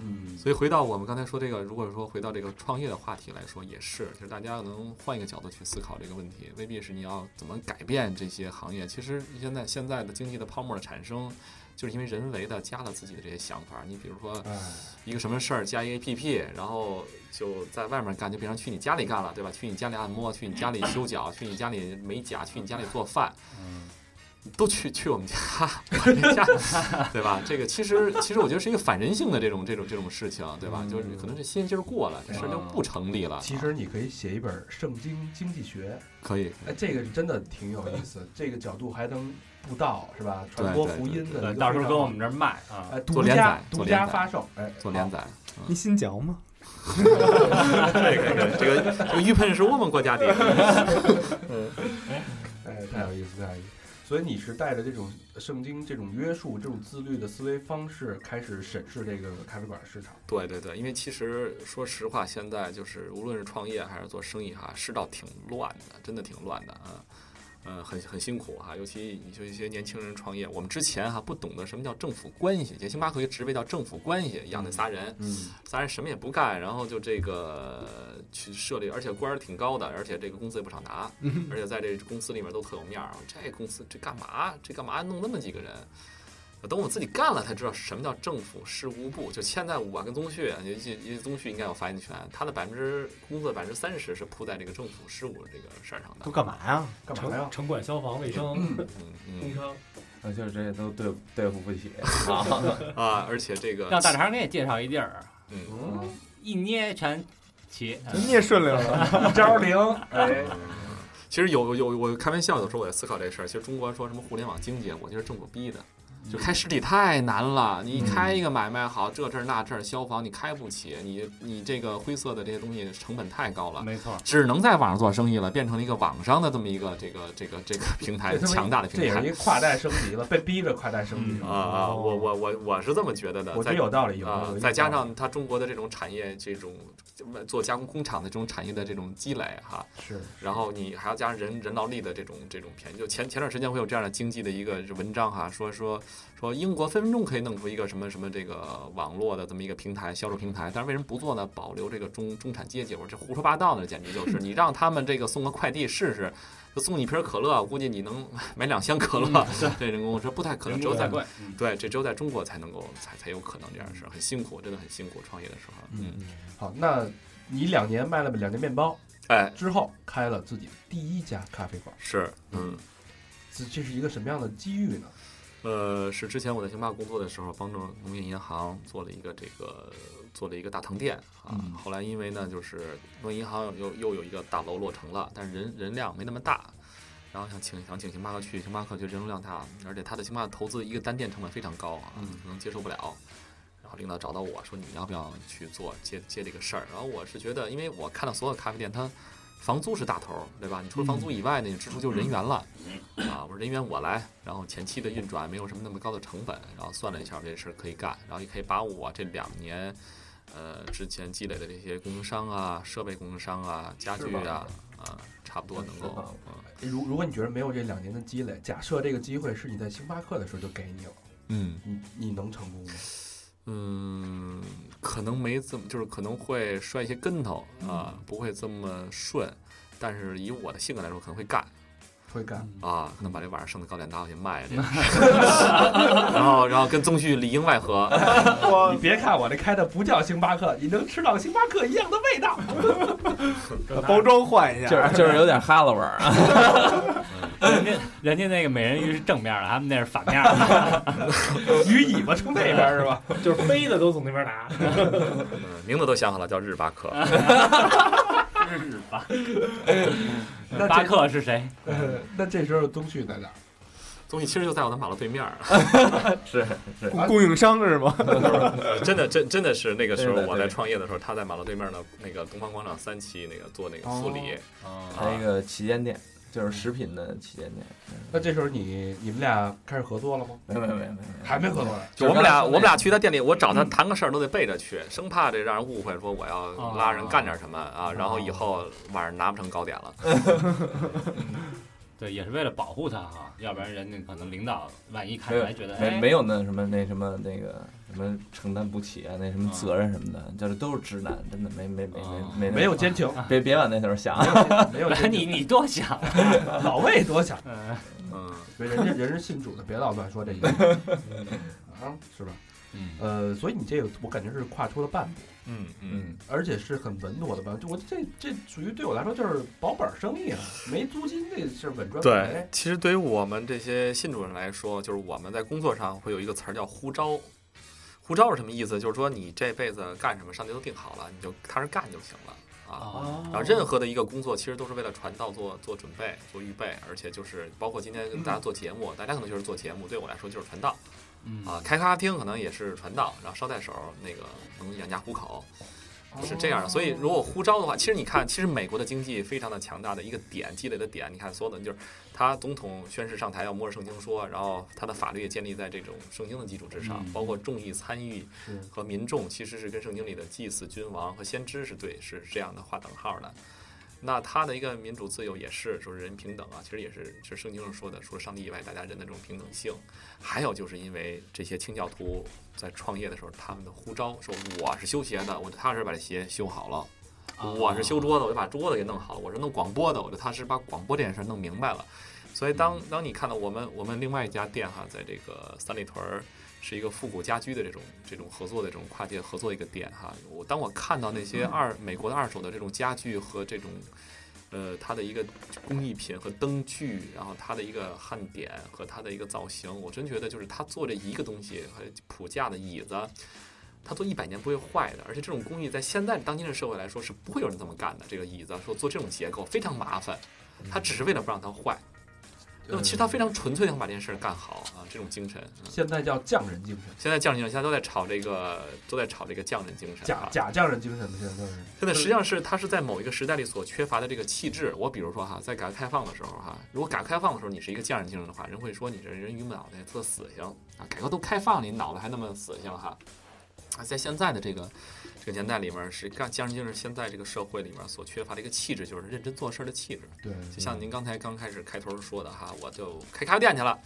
Speaker 5: 嗯，
Speaker 8: 所以回到我们刚才说这个，如果说回到这个创业的话题来说，也是，就是大家能换一个角度去思考这个问题，未必是你要怎么改变这些行业。其实现在现在的经济的泡沫的产生，就是因为人为的加了自己的这些想法。你比如说，一个什么事儿加一个 APP，然后就在外面干，就变成去你家里干了，对吧？去你家里按摩，去你家里 [coughs] 修脚，去你家里美甲，去你家里做饭，都去去我们家，我这家， [laughs] 对吧？这个其实其实我觉得是一个反人性的这种这种这种事情，对吧？就是可能这新鲜劲儿过了，这事儿就不成立了。啊
Speaker 5: 其实你可以写一本《圣经经济学
Speaker 8: 可以，》，
Speaker 5: 哎，这个是真的挺有意思，这个角度还能布道是吧？传
Speaker 8: 对
Speaker 5: 播
Speaker 8: 对
Speaker 5: 福
Speaker 8: 对
Speaker 5: 音
Speaker 8: 对
Speaker 5: 的一个非常好，
Speaker 6: 到时候跟我们这儿卖啊。
Speaker 5: 哎
Speaker 8: 做
Speaker 5: 独
Speaker 8: 连
Speaker 5: 家
Speaker 8: 载做
Speaker 5: 独
Speaker 8: 连
Speaker 5: 家
Speaker 8: 载
Speaker 5: 发售，哎，
Speaker 8: 做
Speaker 5: 好
Speaker 8: 连载。 [laughs]
Speaker 7: 你信嚼吗？
Speaker 8: 这个这个这个玉佩是我们国家的，
Speaker 5: 哎，太有意思，太有意思。所以你是带着这种圣经、这种约束、这种自律的思维方式，开始审视这个咖啡馆市场。
Speaker 8: 对对对，因为其实说实话，现在就是无论是创业还是做生意哈，世道挺乱的，真的挺乱的啊。呃，很很辛苦哈，尤其你就一些年轻人创业，我们之前哈不懂得什么叫政府关系，就星巴克有一职位叫政府关系一样的仨人，
Speaker 9: 嗯，
Speaker 8: 仨人什么也不干，然后就这个呃去设立，而且官儿挺高的，而且这个工资也不少拿，
Speaker 9: 嗯
Speaker 8: 而且在这公司里面都特有面儿。这公司这干嘛？这干嘛弄那么几个人？等我自己干了才知道什么叫政府事务部。就现在我跟宗旭，尤其因为宗旭应该有发言权，他的百分之工作百分之三十是扑在这个政府事务这个事儿上的
Speaker 7: 都。干嘛呀？
Speaker 5: 干嘛呀
Speaker 10: 城？城管、消防、卫生、
Speaker 8: 嗯
Speaker 10: 工
Speaker 8: 嗯
Speaker 10: 商，
Speaker 9: 那呃就是这些都对对付不起。
Speaker 8: 啊，而且这个
Speaker 6: 让大肠给你介绍一地儿，
Speaker 8: 嗯，
Speaker 6: 一捏全齐。
Speaker 7: 你也顺溜了，
Speaker 5: 一招灵，哎，
Speaker 8: 其实有有我开玩笑的时候我也思考这事儿。其实中国说什么互联网经济，我觉得政府逼的，
Speaker 5: 嗯
Speaker 8: 就开实体太难了。你开一个买卖好，这这儿那这儿消防你开不起，你你这个灰色的这些东西成本太高了。
Speaker 6: 没错，
Speaker 8: 只能在网上做生意了，变成了一个网上的这么一个这个这个这个平台，
Speaker 5: 这他妈
Speaker 8: 强大的
Speaker 5: 这
Speaker 8: 平
Speaker 5: 也是
Speaker 8: 台
Speaker 5: 一跨代升级了，被逼着跨代升级
Speaker 8: 啊
Speaker 5: 了。哦
Speaker 8: 啊！我我我我是这么觉得的，
Speaker 5: 我觉
Speaker 8: 在
Speaker 5: 得有道理，有道
Speaker 8: 啊
Speaker 5: 理。，
Speaker 8: 再加上它中国的这种产业，这种做加工工厂的这种产业的这种积累哈，
Speaker 5: 是
Speaker 8: 然后你还要加上人人劳力的这种这种便宜。就前前段时间会有这样的经济的一个文章哈，说说说英国分分钟可以弄出一个什么什么这个网络的这么一个平台销售平台，但是为什么不做呢？保留这个中中产阶级，我说这胡说八道呢，简直就是你让他们这个送个快递试试。就送你一瓶可乐，估计你能买两箱可乐。
Speaker 5: 嗯
Speaker 8: 这人工，我说不太可能，只有在
Speaker 10: 贵，
Speaker 8: 对，这只有在中国才能够才才有可能这样的事，很辛苦，真的很辛苦。创业的时候，嗯，
Speaker 5: 好。那你两年卖了两年面包
Speaker 8: 哎，
Speaker 5: 之后，开了自己第一家咖啡馆，
Speaker 8: 是，嗯，
Speaker 5: 这这是一个什么样的机遇呢？
Speaker 8: 呃，是之前我在星巴克工作的时候，帮助农业银行做了一个这个做了一个大堂店啊。后来因为呢，就是农业银行又又有一个大楼落成了，但是人人量没那么大，然后想请想请星巴克去，星巴克觉得人流量大，而且他的星巴克投资一个单店成本非常高啊，
Speaker 9: 嗯
Speaker 8: 可能接受不了。然后领导找到我说：“你要不要去做接接这个事儿？”然后我是觉得，因为我看到所有咖啡店，它房租是大头儿，对吧？你除了房
Speaker 9: 嗯
Speaker 8: 租以外呢，你支出就是人员了啊。我说人员我来，然后前期的运转没有什么那么高的成本，然后算了一下这事儿可以干，然后也可以把我这两年呃之前积累的这些供应商啊、设备供应商啊、家具啊啊，差不多能
Speaker 9: 是吧
Speaker 8: 够嗯。
Speaker 5: 如如果你觉得没有这两年的积累，假设这个机会是你在星巴克的时候就给你了，
Speaker 8: 嗯
Speaker 5: 你你能成功吗？
Speaker 8: 嗯，可能没这么，就是可能会摔一些跟头啊，不会这么顺。但是以我的性格来说，可能会干
Speaker 5: 会干？
Speaker 8: 啊，可能把这晚上剩的糕点拿回去卖了 [laughs] 这个然后然后跟宗旭里应外合，
Speaker 5: 你别看我这开的不叫星巴克，你能吃到星巴克一样的味
Speaker 9: [laughs]
Speaker 5: 道。
Speaker 7: 包装换一
Speaker 9: 就
Speaker 7: 下。
Speaker 9: 是就是有点哈喇味儿啊。
Speaker 6: [laughs] 人家人家那个美人鱼是正面的，他们那是反面的。
Speaker 5: 鱼尾巴冲那边是吧？
Speaker 10: [laughs] 就是飞的都从那边拿。
Speaker 8: 嗯名字都想好了，叫日巴克。
Speaker 6: 日巴
Speaker 5: 那
Speaker 6: [laughs] 巴
Speaker 5: 这
Speaker 6: 克是谁？
Speaker 5: 呃那这时候东旭在哪儿？
Speaker 8: 宗旭其实就在我的马路对面儿，
Speaker 7: 供供应商是吗？
Speaker 8: [laughs] 真的真真的是那个时候
Speaker 9: 对对对
Speaker 8: 我在创业的时候，他在马路对面的那个东方广场三期那个做那个副理，
Speaker 6: 啊
Speaker 9: 还有一个旗舰店，就是食品的旗舰店。
Speaker 5: 那这时候你你们俩开始合作了吗？
Speaker 9: 没没没没没，
Speaker 5: 还没合作呢。
Speaker 8: 就我们俩，我们俩去他店里，我找他谈个事儿都得背着去，生怕这让人误会，说我要拉人干点什么啊，然后以后晚上拿不成糕点了。
Speaker 6: 对，也是为了保护他哈，要不然人家可能领导万一看
Speaker 9: 没
Speaker 6: 出
Speaker 9: 有
Speaker 6: 来觉得
Speaker 9: 没
Speaker 6: 哎
Speaker 9: 没有那什么那什么那个什么承担不起啊，那什么责任什么的，就是都是直男，真的没没没
Speaker 6: 啊
Speaker 9: 没没
Speaker 5: 没有奸情，
Speaker 9: 别别往那头想。啊
Speaker 5: 没有奸
Speaker 6: [laughs] 你
Speaker 5: 情。
Speaker 6: 你多想，
Speaker 5: 老魏多
Speaker 8: [laughs]
Speaker 5: 想，
Speaker 6: 嗯
Speaker 8: 嗯，
Speaker 5: 人家人是信主的，别老乱说这一套啊，是吧？
Speaker 6: 嗯
Speaker 5: 呃，所以你这个我感觉是跨出了半步，
Speaker 8: 嗯嗯
Speaker 9: 嗯，
Speaker 5: 而且是很稳妥的半步。就我这这属于对我来说就是保本生意啊，没租金这事儿稳赚不
Speaker 8: 对
Speaker 5: 赔。，
Speaker 8: 其实对于我们这些信主人来说，就是我们在工作上会有一个词儿叫呼召。呼召是什么意思？就是说你这辈子干什么，上帝都定好了，你就踏实干就行了啊。
Speaker 6: 哦，
Speaker 8: 然后任何的一个工作，其实都是为了传道做做准备、做预备，而且就是包括今天跟大家做节目，大家可能就是做节目，对我来说就是传道。
Speaker 6: 嗯
Speaker 8: 啊，开咖啡厅可能也是传道，然后捎带手儿那个能养家糊口。是这样的。所以如果呼招的话，其实你看，其实美国的经济非常的强大的一个点积累的点，你看所有的就是他总统宣誓上台要摸着圣经说，然后他的法律也建立在这种圣经的基础之上，包括众议、参议和民众其实是跟圣经里的祭祀、君王和先知是对是这样的划等号的。那他的一个民主自由也是说人平等啊，其实也是是圣经上说的，说上帝以外大家人的这种平等性。还有就是因为这些清教徒在创业的时候，他们的呼召说我是修鞋的，我就踏实把这鞋修好了；我是修桌子，我就把桌子给弄好了；我是弄广播的，我就踏实把广播这件事弄明白了。所以当当你看到我们我们另外一家店哈，在这个三里屯儿是一个复古家居的这种这种合作的这种跨界合作的一个店哈，我当我看到那些二美国的二手的这种家具和这种。呃，它的一个工艺品和灯具，然后它的一个焊点和它的一个造型，我真觉得就是他做这一个东西，和普架的椅子，他做一百年不会坏的。而且这种工艺在现在当今的社会来说是不会有人这么干的。这个椅子说做这种结构非常麻烦，他只是为了不让它坏。那么其实他非常纯粹地想把这件事儿干好啊，这种精神。嗯
Speaker 5: 现在叫匠人精神，
Speaker 8: 现在匠人精神现在都在炒这个，都在炒这个匠人精神、啊
Speaker 5: 假。假匠人精神嘛，现在都是。
Speaker 8: 现在实际上是它是在某一个时代里所缺乏的这个气质。我比如说哈，在改革开放的时候哈，如果改革开放的时候你是一个匠人精神的话，人会说你这人鱼脑袋特死性啊，改革都开放了，你脑袋还那么死性哈。啊，在现在的这个这个年代里面，是干匠人精神现在这个社会里面所缺乏的一个气质，就是认真做事儿的气质。
Speaker 5: 对，嗯
Speaker 8: 就像您刚才刚开始开头说的哈，我就开咖啡店去了。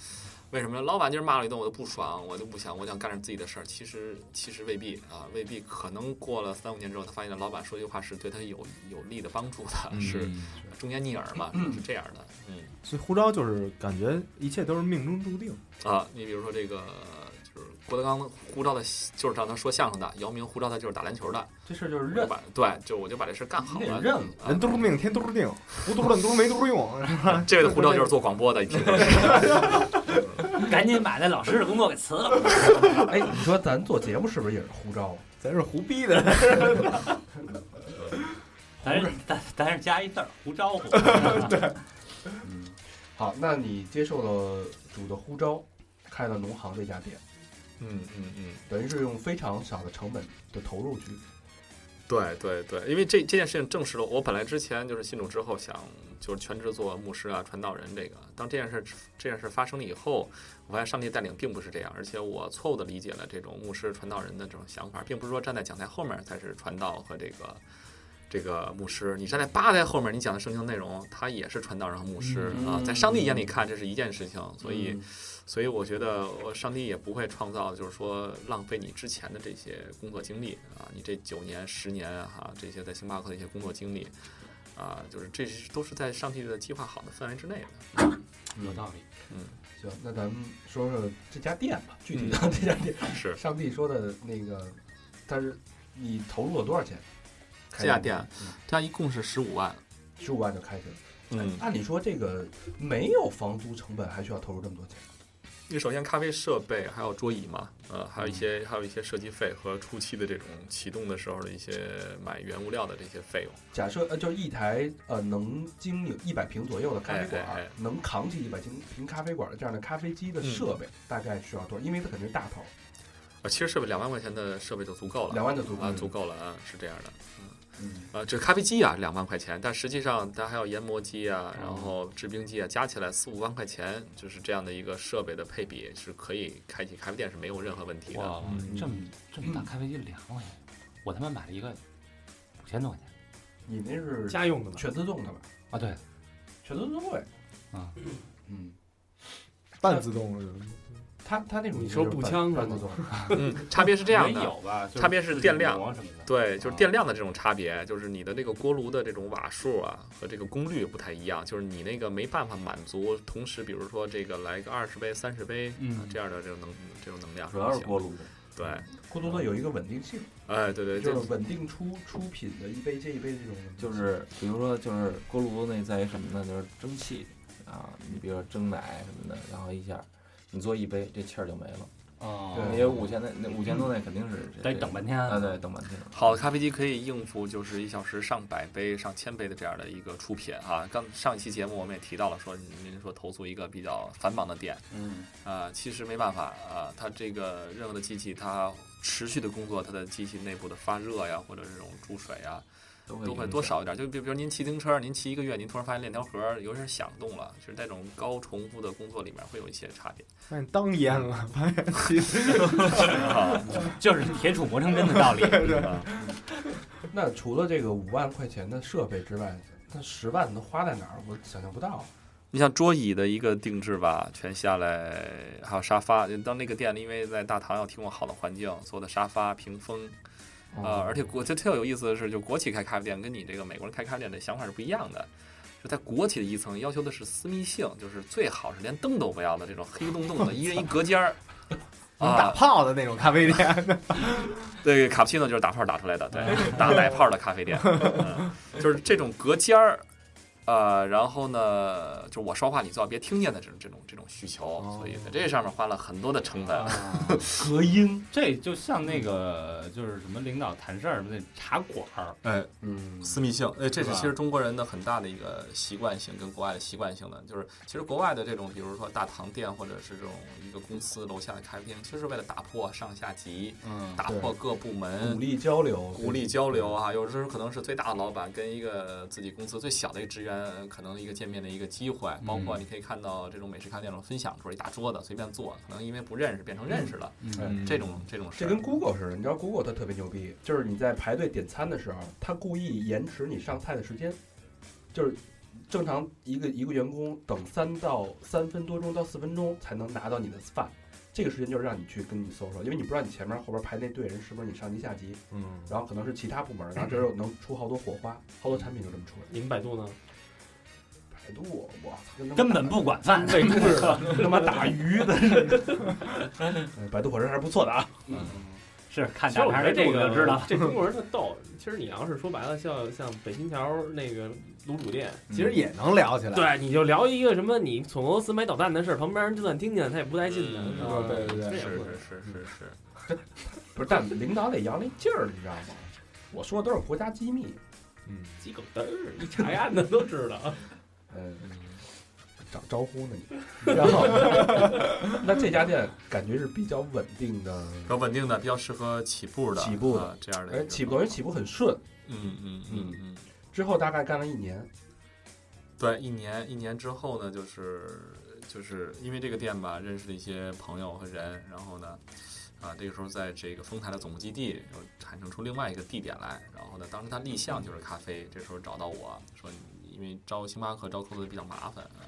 Speaker 8: 为什么呢？老板今儿骂了一顿，我就不爽，我就不想，我想干点自己的事儿。其实其实未必啊，未必。可能过了三五年之后，他发现老板说这句话是对他有有利的帮助的，是忠言逆耳嘛，是这样的。嗯
Speaker 3: 所以呼召就是感觉一切都是命中注定。
Speaker 8: 啊，你比如说这个。就是郭德纲呼召的，就是让他说相声的；姚明呼召他就是打篮球的。
Speaker 5: 这事儿就是
Speaker 8: 我就
Speaker 5: 认，
Speaker 8: 把对，就我就把这事儿干好
Speaker 5: 你得
Speaker 8: 了。
Speaker 5: 认了。
Speaker 8: 啊
Speaker 9: 嗯
Speaker 3: 人都是命，天都是定，不嘟了你都没嘟用。
Speaker 8: 这位的护照就是做广播的，你听说是
Speaker 6: 赶紧把那老师的工作给辞了。
Speaker 5: 哎，你说咱做节目是不是也啊是呼召？
Speaker 3: 咱是胡逼的，
Speaker 6: 咱是咱咱是加一字儿胡招 [laughs] 呼。
Speaker 5: 嗯，好，那你接受了主的呼召，开了农行这家店，
Speaker 8: 嗯嗯嗯，
Speaker 5: 等于是用非常小的成本的投入去，
Speaker 8: 对对对，因为这这件事情证实了，我本来之前就是信主之后想就是全职做牧师啊、传道人这个，当这件事这件事发生了以后，我发现上帝带领并不是这样，而且我错误的理解了这种牧师、传道人的这种想法，并不是说站在讲台后面才是传道和这个。这个牧师，你站在吧台后面，你讲的圣经内容，他也是传道人和牧师、啊，在上帝眼里看，这是一件事情，所以，
Speaker 5: 嗯
Speaker 8: 所以我觉得，我上帝也不会创造，就是说浪费你之前的这些工作经历啊，你这九年、十年哈、这些在星巴克的一些工作经历啊，就是这是都是在上帝的计划好的范围之内的。
Speaker 6: 有道理。
Speaker 5: 行，那咱们说说这家店吧，具
Speaker 8: 嗯
Speaker 5: 体的这家店， [laughs]
Speaker 8: 是
Speaker 5: 上帝说的那个，但是你投入了多少钱？嗯
Speaker 8: 这家店，这样一共是十五万，
Speaker 5: 十五万就开始了。
Speaker 8: 嗯，
Speaker 5: 按理说这个没有房租成本，还需要投入这么多钱？
Speaker 8: 因为首先咖啡设备还有桌椅嘛，呃，还有一些还有一些设计费和初期的这种启动的时候的一些买原物料的这些费用。
Speaker 5: 假设呃，就是一台呃能经营一百平左右的咖啡馆，
Speaker 8: 哎哎哎
Speaker 5: 能扛起一百平平咖啡馆的这样的咖啡机的设
Speaker 8: 嗯
Speaker 5: 备，大概需要多少？因为它肯定是大头，
Speaker 8: 啊，其实设备两万块钱的设备就足够了，
Speaker 5: 两万就足够
Speaker 8: 啊
Speaker 5: 了，
Speaker 8: 足够了啊，是这样的。
Speaker 5: 嗯，
Speaker 8: 呃，这咖啡机啊，两万块钱，但实际上它还有研磨机啊，然后制冰机啊，加起来四五万块钱，就是这样的一个设备的配比是可以开启咖啡店是没有任何问题的。
Speaker 6: 哇，嗯这么这么大咖啡机两万块钱，我他妈买了一个五千多块钱
Speaker 5: 你那是
Speaker 10: 家用的吧？
Speaker 5: 全自动的
Speaker 8: 嗯
Speaker 5: 吧？
Speaker 6: 啊！对，
Speaker 5: 全自动柜
Speaker 6: 啊，
Speaker 5: 嗯，
Speaker 3: 半自动是吧
Speaker 5: 它它那种
Speaker 10: 你说
Speaker 5: 就是
Speaker 10: 步
Speaker 5: 半
Speaker 10: 枪是
Speaker 5: 半
Speaker 10: 吗
Speaker 5: 自动，
Speaker 8: 嗯，差别是这样
Speaker 6: 也
Speaker 8: 的，
Speaker 6: 有吧，就是
Speaker 8: 差别是电量
Speaker 6: 自己磨什么的。
Speaker 8: 对，就是电量的这种差别，就是你的那个锅炉的这种瓦数啊和这个功率不太一样，就是你那个没办法满足，同时比如说这个来个二十杯、三十杯，
Speaker 6: 嗯
Speaker 8: 啊这样的这种能这种能量
Speaker 9: 主要是
Speaker 8: 行
Speaker 9: 锅炉的。
Speaker 8: 对，
Speaker 5: 孤独的有一个稳定性，
Speaker 8: 哎，对对，
Speaker 5: 就
Speaker 8: 这
Speaker 5: 是稳定出出品的一杯接一杯的这种稳定性，
Speaker 9: 就是比如说就是锅炉那在于什么呢？就是蒸汽啊，你比如说蒸奶什么的，然后一下你做一杯，这气儿就没了。
Speaker 6: 哦
Speaker 9: 因为五千那那五千多那肯定是
Speaker 6: 得等半天
Speaker 3: 嗯
Speaker 9: 啊，对，等半天。
Speaker 8: 好的咖啡机可以应付就是一小时上百杯、上千杯的这样的一个出品啊。刚上一期节目我们也提到了说，您说投诉一个比较繁忙的店，
Speaker 6: 嗯，
Speaker 8: 啊、其实没办法啊、它这个任何的机器它持续的工作，它的机器内部的发热呀，或者这种注水呀，
Speaker 9: 都
Speaker 8: 都会多少一点。就比比如您骑自行车，您骑一个月，您突然发现链条盒有点响动了，就是在这种高重复的工作里面会有一些差别。
Speaker 3: 发现当烟了，发现其实
Speaker 8: [laughs]
Speaker 3: [laughs]
Speaker 6: 就是铁杵磨成针的道理。
Speaker 5: 那除了这个五万块钱的设备之外，那十万能花在哪儿？我想象不到。
Speaker 8: 你像桌椅的一个定制吧，全下来还有沙发。当那个店里，因为在大堂要提供好的环境，所有的沙发、屏风，呃，而且国这特有意思的是，就国企开咖啡店跟你这个美国人开咖啡店的想法是不一样的。就在国企的一层要求的是私密性，就是最好是连灯都不要的这种黑洞洞的，一人一隔间儿。
Speaker 3: 能打
Speaker 8: 啊，
Speaker 3: 炮的那种咖啡店，
Speaker 8: 对，卡布奇诺就是打泡打出来的，对，打奶泡的咖啡店，嗯、就是这种隔间儿，呃，然后呢，就我说话你最好别听见的这种这种这种需求，所以在这上面花了很多的成本。
Speaker 6: 啊隔音，这就像那个就是什么领导谈事儿那茶馆儿，
Speaker 8: 哎，
Speaker 6: 嗯，
Speaker 8: 私密性，哎，这
Speaker 6: 是
Speaker 8: 是
Speaker 6: 吧
Speaker 8: 其实中国人的很大的一个习惯性，跟国外的习惯性的，就是其实国外的这种，比如说大堂店或者是这种一个公司楼下的咖啡店，就是为了打破上下级，
Speaker 6: 嗯
Speaker 8: 打破各部
Speaker 5: 鼓
Speaker 8: 门。
Speaker 5: 励嗯交流，
Speaker 8: 鼓励交流啊，有时候可能是最大的老板跟一个自己公司最小的一个职员，可能一个见面的一个机会，包括你可以看到这种美食咖啡店中分享出来一大桌子，随便坐，可能因为不认识变成认识了，
Speaker 6: 嗯
Speaker 8: 这种这种事
Speaker 5: 这
Speaker 8: 儿。
Speaker 5: 跟 Google 似的，你知道 Google 它特别牛逼，就是你在排队点餐的时候，它故意延迟你上菜的时间，就是正常一个一个员工等三到三分多钟到四分钟才能拿到你的饭，这个时间就是让你去跟你搜索，因为你不知道你前面后边排那队人是不是你上级下级，
Speaker 3: 嗯，
Speaker 5: 然后可能是其他部门，然后这时候能出好多火花，好多产品就这么出来。
Speaker 10: 你们百度呢？
Speaker 5: 百度，我操，跟他妈
Speaker 6: 根本不
Speaker 5: [laughs]
Speaker 6: 管饭， [laughs] 对，
Speaker 5: 跟他妈打鱼的， [laughs] 哎百度火车还是不错的啊。
Speaker 6: 是看
Speaker 10: 其实
Speaker 6: 大
Speaker 10: 我觉
Speaker 6: 牌的
Speaker 10: 得
Speaker 6: 这
Speaker 10: 个
Speaker 6: 个就知道，
Speaker 10: [laughs] 这中国人特逗。其实你要是说白了，像像北新桥那个卤煮店，
Speaker 9: 嗯
Speaker 3: 其实也能聊起来。
Speaker 10: 对，你就聊一个什么你从俄罗斯买导弹的事儿，旁边人就算听见，他也不带信的，
Speaker 9: 嗯
Speaker 10: 是吧？
Speaker 3: 对对对
Speaker 10: 这
Speaker 8: 是
Speaker 10: 也
Speaker 8: 是
Speaker 10: 不
Speaker 8: 是是是，
Speaker 5: 不是，但领导得扬那劲儿，你知道吗？我说的都是国家机密，
Speaker 3: 嗯，
Speaker 10: 鸡狗嘚儿，一查案的都知道。
Speaker 5: [laughs] 嗯，招招呼呢你。 [laughs] 然后，那这家店感觉是比较稳定的，
Speaker 8: 比较稳定的，比较适合起步的，
Speaker 5: 起步的
Speaker 8: 啊这样的一
Speaker 5: 而
Speaker 8: 个，
Speaker 5: 起步，而且起步很顺。
Speaker 8: 嗯嗯嗯嗯，
Speaker 5: 之后大概干了一年，
Speaker 8: 对，一年一年之后呢，就是就是因为这个店吧，认识了一些朋友和人，然后呢，啊，这个时候在这个丰台的总部基地又产生出另外一个地点来，然后呢，当时他立项就是咖啡，这时候找到我说，因为招星巴克招扣子比较麻烦啊，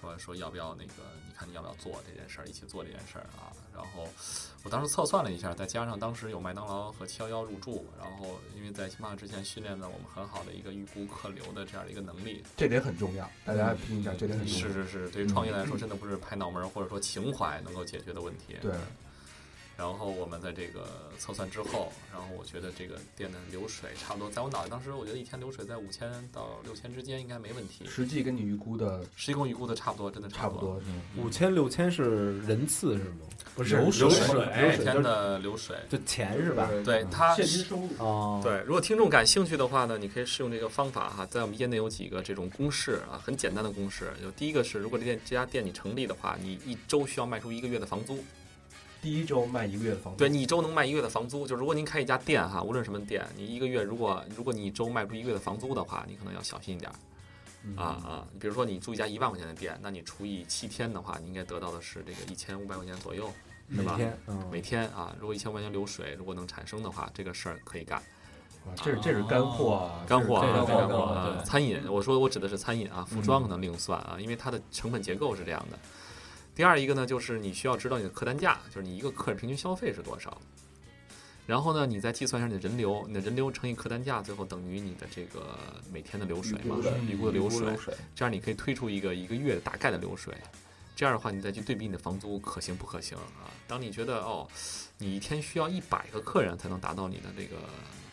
Speaker 8: 说说要不要那个，你看你要不要做这件事儿，一起做这件事儿啊，然后我当时测算了一下，再加上当时有麦当劳和七幺幺入驻，然后因为在星巴克之前训练了我们很好的一个预估客流的这样的一个能力，
Speaker 5: 这点很重要，大家听一下，这点很重要。
Speaker 8: 是是是，对于创业来说，真的不是拍脑门儿或者说情怀能够解决的问题。
Speaker 5: 对。
Speaker 8: 然后我们在这个测算之后，然后我觉得这个店的流水差不多，在我脑袋当时，我觉得一天流水在五千到六千之间应该没问题，
Speaker 5: 实际跟你预估的
Speaker 8: 施工预估的差不多，真的
Speaker 5: 差
Speaker 8: 不
Speaker 5: 不多。
Speaker 3: 五千六千是人次是吗？
Speaker 10: 不
Speaker 3: 是
Speaker 10: 流水，
Speaker 3: 流水
Speaker 8: 每天哎的流水。
Speaker 3: 就嗯钱是吧？
Speaker 8: 嗯对它
Speaker 5: 现金收入
Speaker 3: 哦，
Speaker 8: 对，如果听众感兴趣的话呢，你可以试用这个方法哈，在我们业内有几个这种公式啊，很简单的公式。就第一个是，如果这店这家店你成立的话，你一周需要卖出一个月的房租。
Speaker 5: 第一周卖一个月的房租，
Speaker 8: 对你一周能卖一个月的房租，就如果您开一家店哈，无论什么店，你一个月如果如果你一周卖不出一个月的房租的话，你可能要小心一点儿
Speaker 3: 嗯
Speaker 8: 啊啊！比如说你租一家一万块钱的店，那你除以七天的话，你应该得到的是这个一千五百块钱左右，是
Speaker 3: 每
Speaker 8: 吧？
Speaker 3: 天，嗯，
Speaker 8: 每天啊，如果一千块钱流水，如果能产生的话，这个事儿可以干。
Speaker 5: 哇啊这是这是干货啊，
Speaker 8: 干货
Speaker 6: 这
Speaker 8: 啊，
Speaker 6: 个
Speaker 8: 干货
Speaker 6: 对
Speaker 8: 啊！餐饮，我说我指的是餐饮啊，服装可能另算啊，因为它的成本结构是这样的。第二一个呢，就是你需要知道你的客单价，就是你一个客人平均消费是多少。然后呢，你再计算一下你的人流，你的人流乘以客单价，最后等于你的这个每天的流水嘛，预估的流水。这样你可以推出一个一个月大概的流水。这样的话，你再去对比你的房租可行不可行啊？当你觉得哦，你一天需要一百个客人才能达到你的这个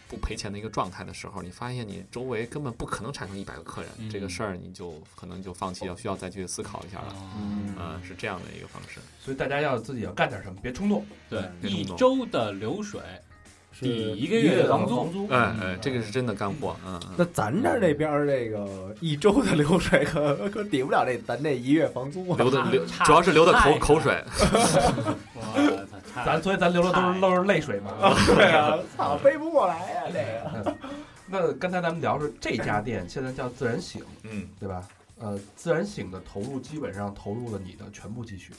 Speaker 8: 不赔钱的一个状态的时候，你发现你周围根本不可能产生一百个客人，这个事儿你就可能就放弃，要需要再去思考一下了。
Speaker 5: 嗯
Speaker 8: 呃，是这样的一个方式。
Speaker 5: 所以大家要自己要干点什么，别冲动。
Speaker 6: 对，
Speaker 8: 别
Speaker 6: 一
Speaker 8: 冲动
Speaker 6: 周的流水抵一个
Speaker 3: 一个
Speaker 6: 月
Speaker 3: 月
Speaker 6: 的
Speaker 3: 的
Speaker 6: 房
Speaker 5: 房
Speaker 6: 租
Speaker 5: 租，
Speaker 8: 哎哎，这个是真的干货，嗯嗯。
Speaker 3: 那咱这儿这边儿这个一周的流水可 [laughs] 可抵不了这咱这一月房租啊！
Speaker 8: 流的流，
Speaker 6: 差
Speaker 8: 主要是流的口
Speaker 6: 太
Speaker 8: 口水。
Speaker 6: 我操太
Speaker 5: 咱所以咱流的都是都是泪水嘛。
Speaker 3: 对啊， [laughs] 操，飞不过来呀、啊这个。
Speaker 5: 那刚才咱们聊是这家店现在叫自然醒，
Speaker 8: 嗯，
Speaker 5: 对吧？呃，自然醒的投入基本上投入了你的全部积蓄，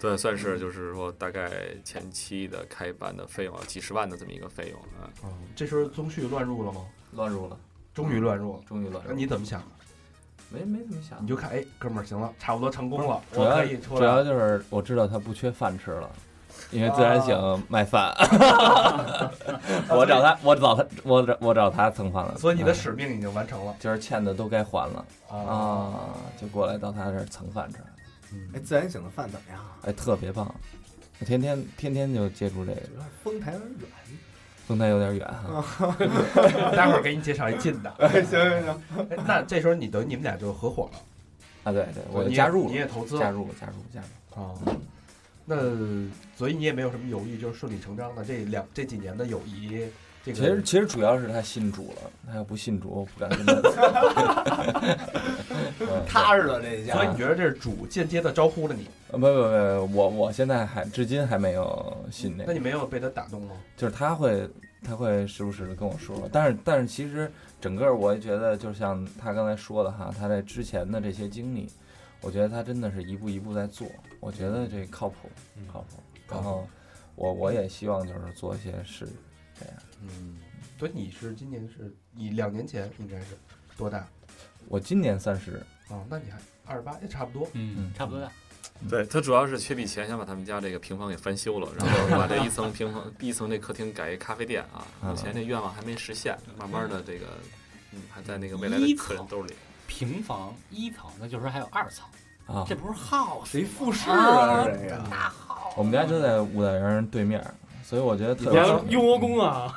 Speaker 8: 对，算是就是说大概前期的开办的费用啊，几十万的这么一个费用啊。
Speaker 5: 嗯，这时候宗旭乱入了吗？
Speaker 9: 乱入了，
Speaker 5: 终于乱入了，
Speaker 9: 终于乱
Speaker 5: 那
Speaker 9: 入，
Speaker 5: 你怎么想？
Speaker 9: 没没怎么想
Speaker 5: 你。就看，哎，哥们儿，行了，差不多成功了，
Speaker 9: 主
Speaker 5: 我
Speaker 9: 要
Speaker 5: 可以出
Speaker 9: 主
Speaker 5: 来。
Speaker 9: 要就是我知道他不缺饭吃了，因为自然醒卖
Speaker 5: [laughs]
Speaker 9: 饭，我找他，我找他，我找我找他蹭饭了。
Speaker 5: 所以你的
Speaker 9: 哎
Speaker 5: 使命已经完成了
Speaker 9: 今儿欠的都该还了，
Speaker 3: 哦
Speaker 9: 啊，就过来到他这儿蹭饭吃，
Speaker 3: 哎，自然醒的饭怎么样？啊
Speaker 9: 哎，特别棒。我天天天天就接触这个
Speaker 3: 有，点风台有啊点远。
Speaker 9: 风台有点远哈。
Speaker 5: 待会儿给你介绍一
Speaker 9: [laughs]
Speaker 5: 近的。
Speaker 3: 哎，行行行，
Speaker 5: 哎那这时候你等于你们俩就合伙了，
Speaker 9: 啊，对对，我
Speaker 5: 你也
Speaker 9: 加入
Speaker 5: 你
Speaker 9: 了，
Speaker 5: 也投资
Speaker 9: 加
Speaker 5: 了
Speaker 9: 入了，加入了，加入了。
Speaker 5: 啊。那所以你也没有什么犹豫，就是顺理成章的。这两这几年的友谊，这个
Speaker 9: 其实其实主要是他信主了，他要不信主，我不敢跟他。 [laughs] 嗯
Speaker 3: 踏实了这
Speaker 5: 所以
Speaker 3: 家。
Speaker 5: 你觉得这是主间接的招呼了你？
Speaker 9: 呃不不不，我我现在还至今还没有信这
Speaker 5: 那
Speaker 9: 个，
Speaker 5: 你没有被他打动吗？
Speaker 9: 就是他会他会时不时的跟我说，但是但是其实整个我也觉得，就像他刚才说的哈，他在之前的这些经历，我觉得他真的是一步一步在做，我觉得这靠谱
Speaker 3: 嗯
Speaker 9: 靠谱。
Speaker 5: 靠
Speaker 9: 然
Speaker 5: 谱
Speaker 9: 后我我也希望就是做一些事，这样。
Speaker 5: 嗯，所以你是今年是你两年前应该是多大
Speaker 9: 我今年三十，
Speaker 5: 啊？那你还二十八也差不多。
Speaker 6: 嗯，差不多大。
Speaker 8: 对他主要是缺笔钱，想把他们家这个平房给翻修了，然后把这一层平房、 [laughs] 一层这客厅改一咖啡店啊。目前这愿望还没实现，慢慢的这个，嗯，还在那个未来的客人兜里。
Speaker 6: 平房一层，那就是说还有二层，
Speaker 9: 啊
Speaker 6: 这，不是 house
Speaker 3: 谁复试啊？这个
Speaker 9: 我们家就在五代园对面儿，所以我觉得特
Speaker 10: 你
Speaker 9: 别
Speaker 10: 还雍和宫啊，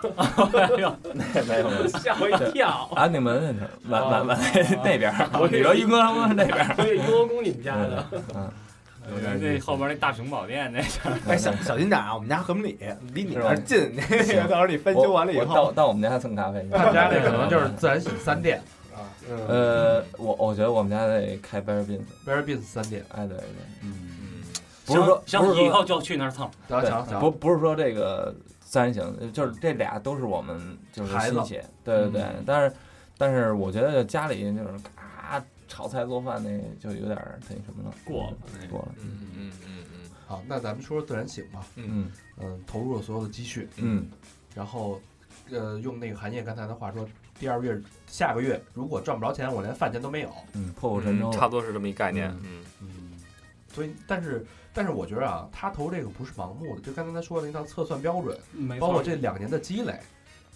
Speaker 9: 没有没有
Speaker 10: 吓我一跳。
Speaker 9: 安定门那头，晚晚晚那边儿，你说云哥他们那边儿，
Speaker 10: 所以雍和宫你们家的，
Speaker 9: 嗯，有点
Speaker 6: 那后边那大雄宝殿那
Speaker 3: 哎，小小心点啊！我们家和睦里离你
Speaker 9: 是
Speaker 3: 那
Speaker 9: 吧
Speaker 3: 儿近， [laughs] 那
Speaker 9: 行
Speaker 3: 个到时候你翻修完了以
Speaker 9: 我我
Speaker 3: 后，
Speaker 9: 到到我们家蹭
Speaker 5: [laughs]
Speaker 9: 咖啡去。
Speaker 5: 他们家这可能就是自然醒三 [laughs] 店
Speaker 3: 嗯，
Speaker 9: 呃，我我觉得我们家得开 b e r b i n s
Speaker 5: b e r b i n s 三店。
Speaker 9: 哎，对对，
Speaker 5: 嗯，
Speaker 8: 嗯，
Speaker 9: 不是说
Speaker 6: 行
Speaker 9: 不是
Speaker 6: 行，以
Speaker 9: 说
Speaker 6: 后就去那儿蹭。
Speaker 5: 行行
Speaker 9: 对，
Speaker 5: 行，
Speaker 9: 不不是说这个三人行，就是这俩都是我们就是
Speaker 5: 孩子嗯
Speaker 9: 亲戚，对对对，但是但是我觉得家里就是嘎炒菜做饭那就有点儿那什么了，
Speaker 6: 过了
Speaker 9: 嗯过了，
Speaker 8: 嗯嗯嗯嗯
Speaker 5: 好，那咱们说说自然醒吧。
Speaker 9: 嗯
Speaker 5: 嗯，投入了所有的积蓄，
Speaker 9: 嗯
Speaker 5: 然后，呃，用那个韩烨刚才的话说，第二月下个月如果赚不着钱，我连饭钱都没有。
Speaker 9: 嗯，破釜沉舟
Speaker 8: 嗯，，差不多是这么一概念。嗯，
Speaker 5: 嗯，所以，但是，但是我觉得啊，他投这个不是盲目的，就刚才他说的那套测算标准，
Speaker 6: 没
Speaker 5: 包括这两年的积累，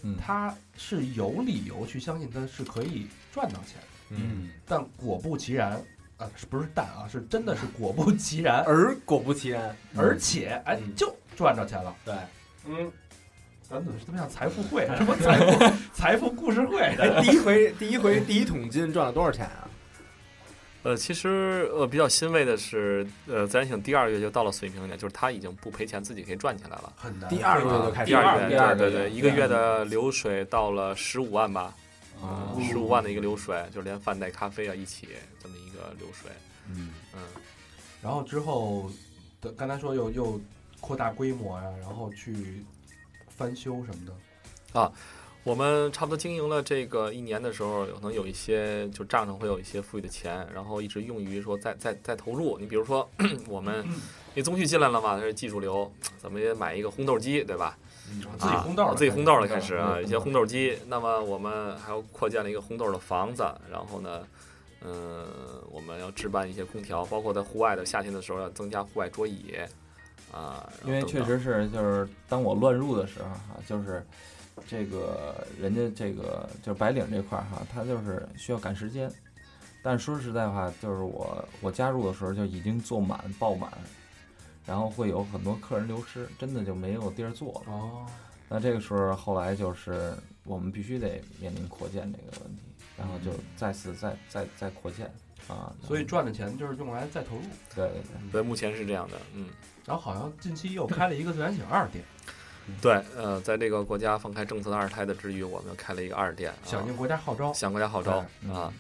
Speaker 9: 嗯
Speaker 5: 他是有理由去相信他是可以赚到钱的，
Speaker 6: 嗯，
Speaker 5: 但果不其然。啊，是不是但啊？是真的是果不其然，
Speaker 3: [laughs] 而果不其然，嗯
Speaker 5: 而且哎，就赚着钱了。
Speaker 3: 对，
Speaker 5: 嗯，咱怎么这么像财富会？啊
Speaker 3: [laughs]
Speaker 5: 什么财富财富故事会？
Speaker 3: 哎，第一回第一回第一桶金赚了多少钱啊？
Speaker 8: 呃，其实呃比较欣慰的是，呃，自然醒第二月就到了水平点，就是他已经不赔钱，自己可以赚钱来了。
Speaker 5: 很难。
Speaker 3: [laughs] 第二个月就开始
Speaker 8: 啊第二月，
Speaker 9: 第二
Speaker 8: 对
Speaker 9: 个
Speaker 8: 对
Speaker 9: 月
Speaker 8: 对，一个月的流水到了十五万吧，十五万的一个流水，就连饭带咖啡啊一起这么一个流水，
Speaker 9: 嗯
Speaker 8: 嗯，
Speaker 5: 然后之后的刚才说又又扩大规模呀、啊然后去翻修什么的。
Speaker 8: 我们差不多经营了这个一年的时候，可能有一些就账上会有一些富裕的钱，然后一直用于说再再再投入。你比如说 [coughs] 我们，因为宗旭进来了嘛，他是技术流，怎么也买一个烘豆机，对吧？
Speaker 5: 自己烘豆
Speaker 8: 啊
Speaker 5: 了，
Speaker 8: 自己烘豆了开始啊，
Speaker 9: 嗯
Speaker 8: 一些烘豆机。那么我们还要扩建了一个烘豆的房子，然后呢，嗯，我们要置办一些空调，包括在户外的夏天的时候要增加户外桌椅啊。然后
Speaker 9: 因为
Speaker 8: 等
Speaker 9: 确
Speaker 8: 等
Speaker 9: 实是，就是当我乱入的时候哈、就是这个人家这个就是白领这块儿、哈，他就是需要赶时间。但是说实在话，就是我我加入的时候就已经坐满爆满，然后会有很多客人流失，真的就没有地儿坐了。
Speaker 5: 哦，
Speaker 9: 那这个时候后来就是我们必须得面临扩建这个问题，然后
Speaker 8: 嗯
Speaker 9: 就再次再再再扩建啊。
Speaker 5: 所以赚的钱就是用来再投入。
Speaker 9: 对对
Speaker 8: 对，目前是这样的，嗯。
Speaker 5: 然后好像近期又开了一个自然醒二店，
Speaker 9: 嗯
Speaker 8: 对，呃，在这个国家放开政策的二胎的之余，我们又开了一个二店，啊
Speaker 5: 响应国家号召
Speaker 8: 向国家号召
Speaker 9: 嗯
Speaker 5: 对
Speaker 8: 啊，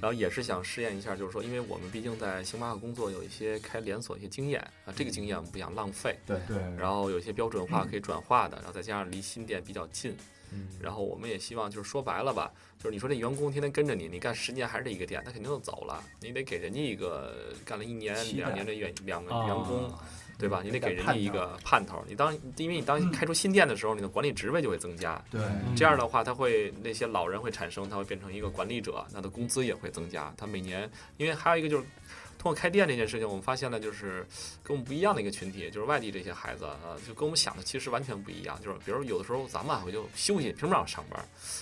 Speaker 8: 然后也是想试验一下，就是说，因为我们毕竟在星巴克工作，有一些开连锁一些经验啊，这个经验我们不想浪费，
Speaker 9: 对
Speaker 5: 对
Speaker 7: 嗯
Speaker 8: 然后有一些标准化可以转化的，然后再加上离新店比较近，
Speaker 7: 嗯
Speaker 8: 然后我们也希望就是说白了吧，就是你说这员工天天跟着你，你干十年还是这一个店，他肯定就走了，你得给人家一个干了一年
Speaker 7: 期待
Speaker 8: 两年的员两个
Speaker 7: 啊
Speaker 8: 员工。对吧？你得给人家一
Speaker 7: 有
Speaker 8: 个盼头。你当因为
Speaker 7: [clears throat]
Speaker 8: 你当你开出新店的时候，你的管理职位就会增加。
Speaker 7: 对
Speaker 8: 这样的话，他会那些老人会产生，他会变成一个管理者，那他工资也会增加。他每年，因为还有一个就是。通过开店这件事情，我们发现了就是跟我们不一样的一个群体，就是外地这些孩子，呃，就跟我们想的其实完全不一样。就是比如有的时候咱们啊我就休息，凭什么让我上班？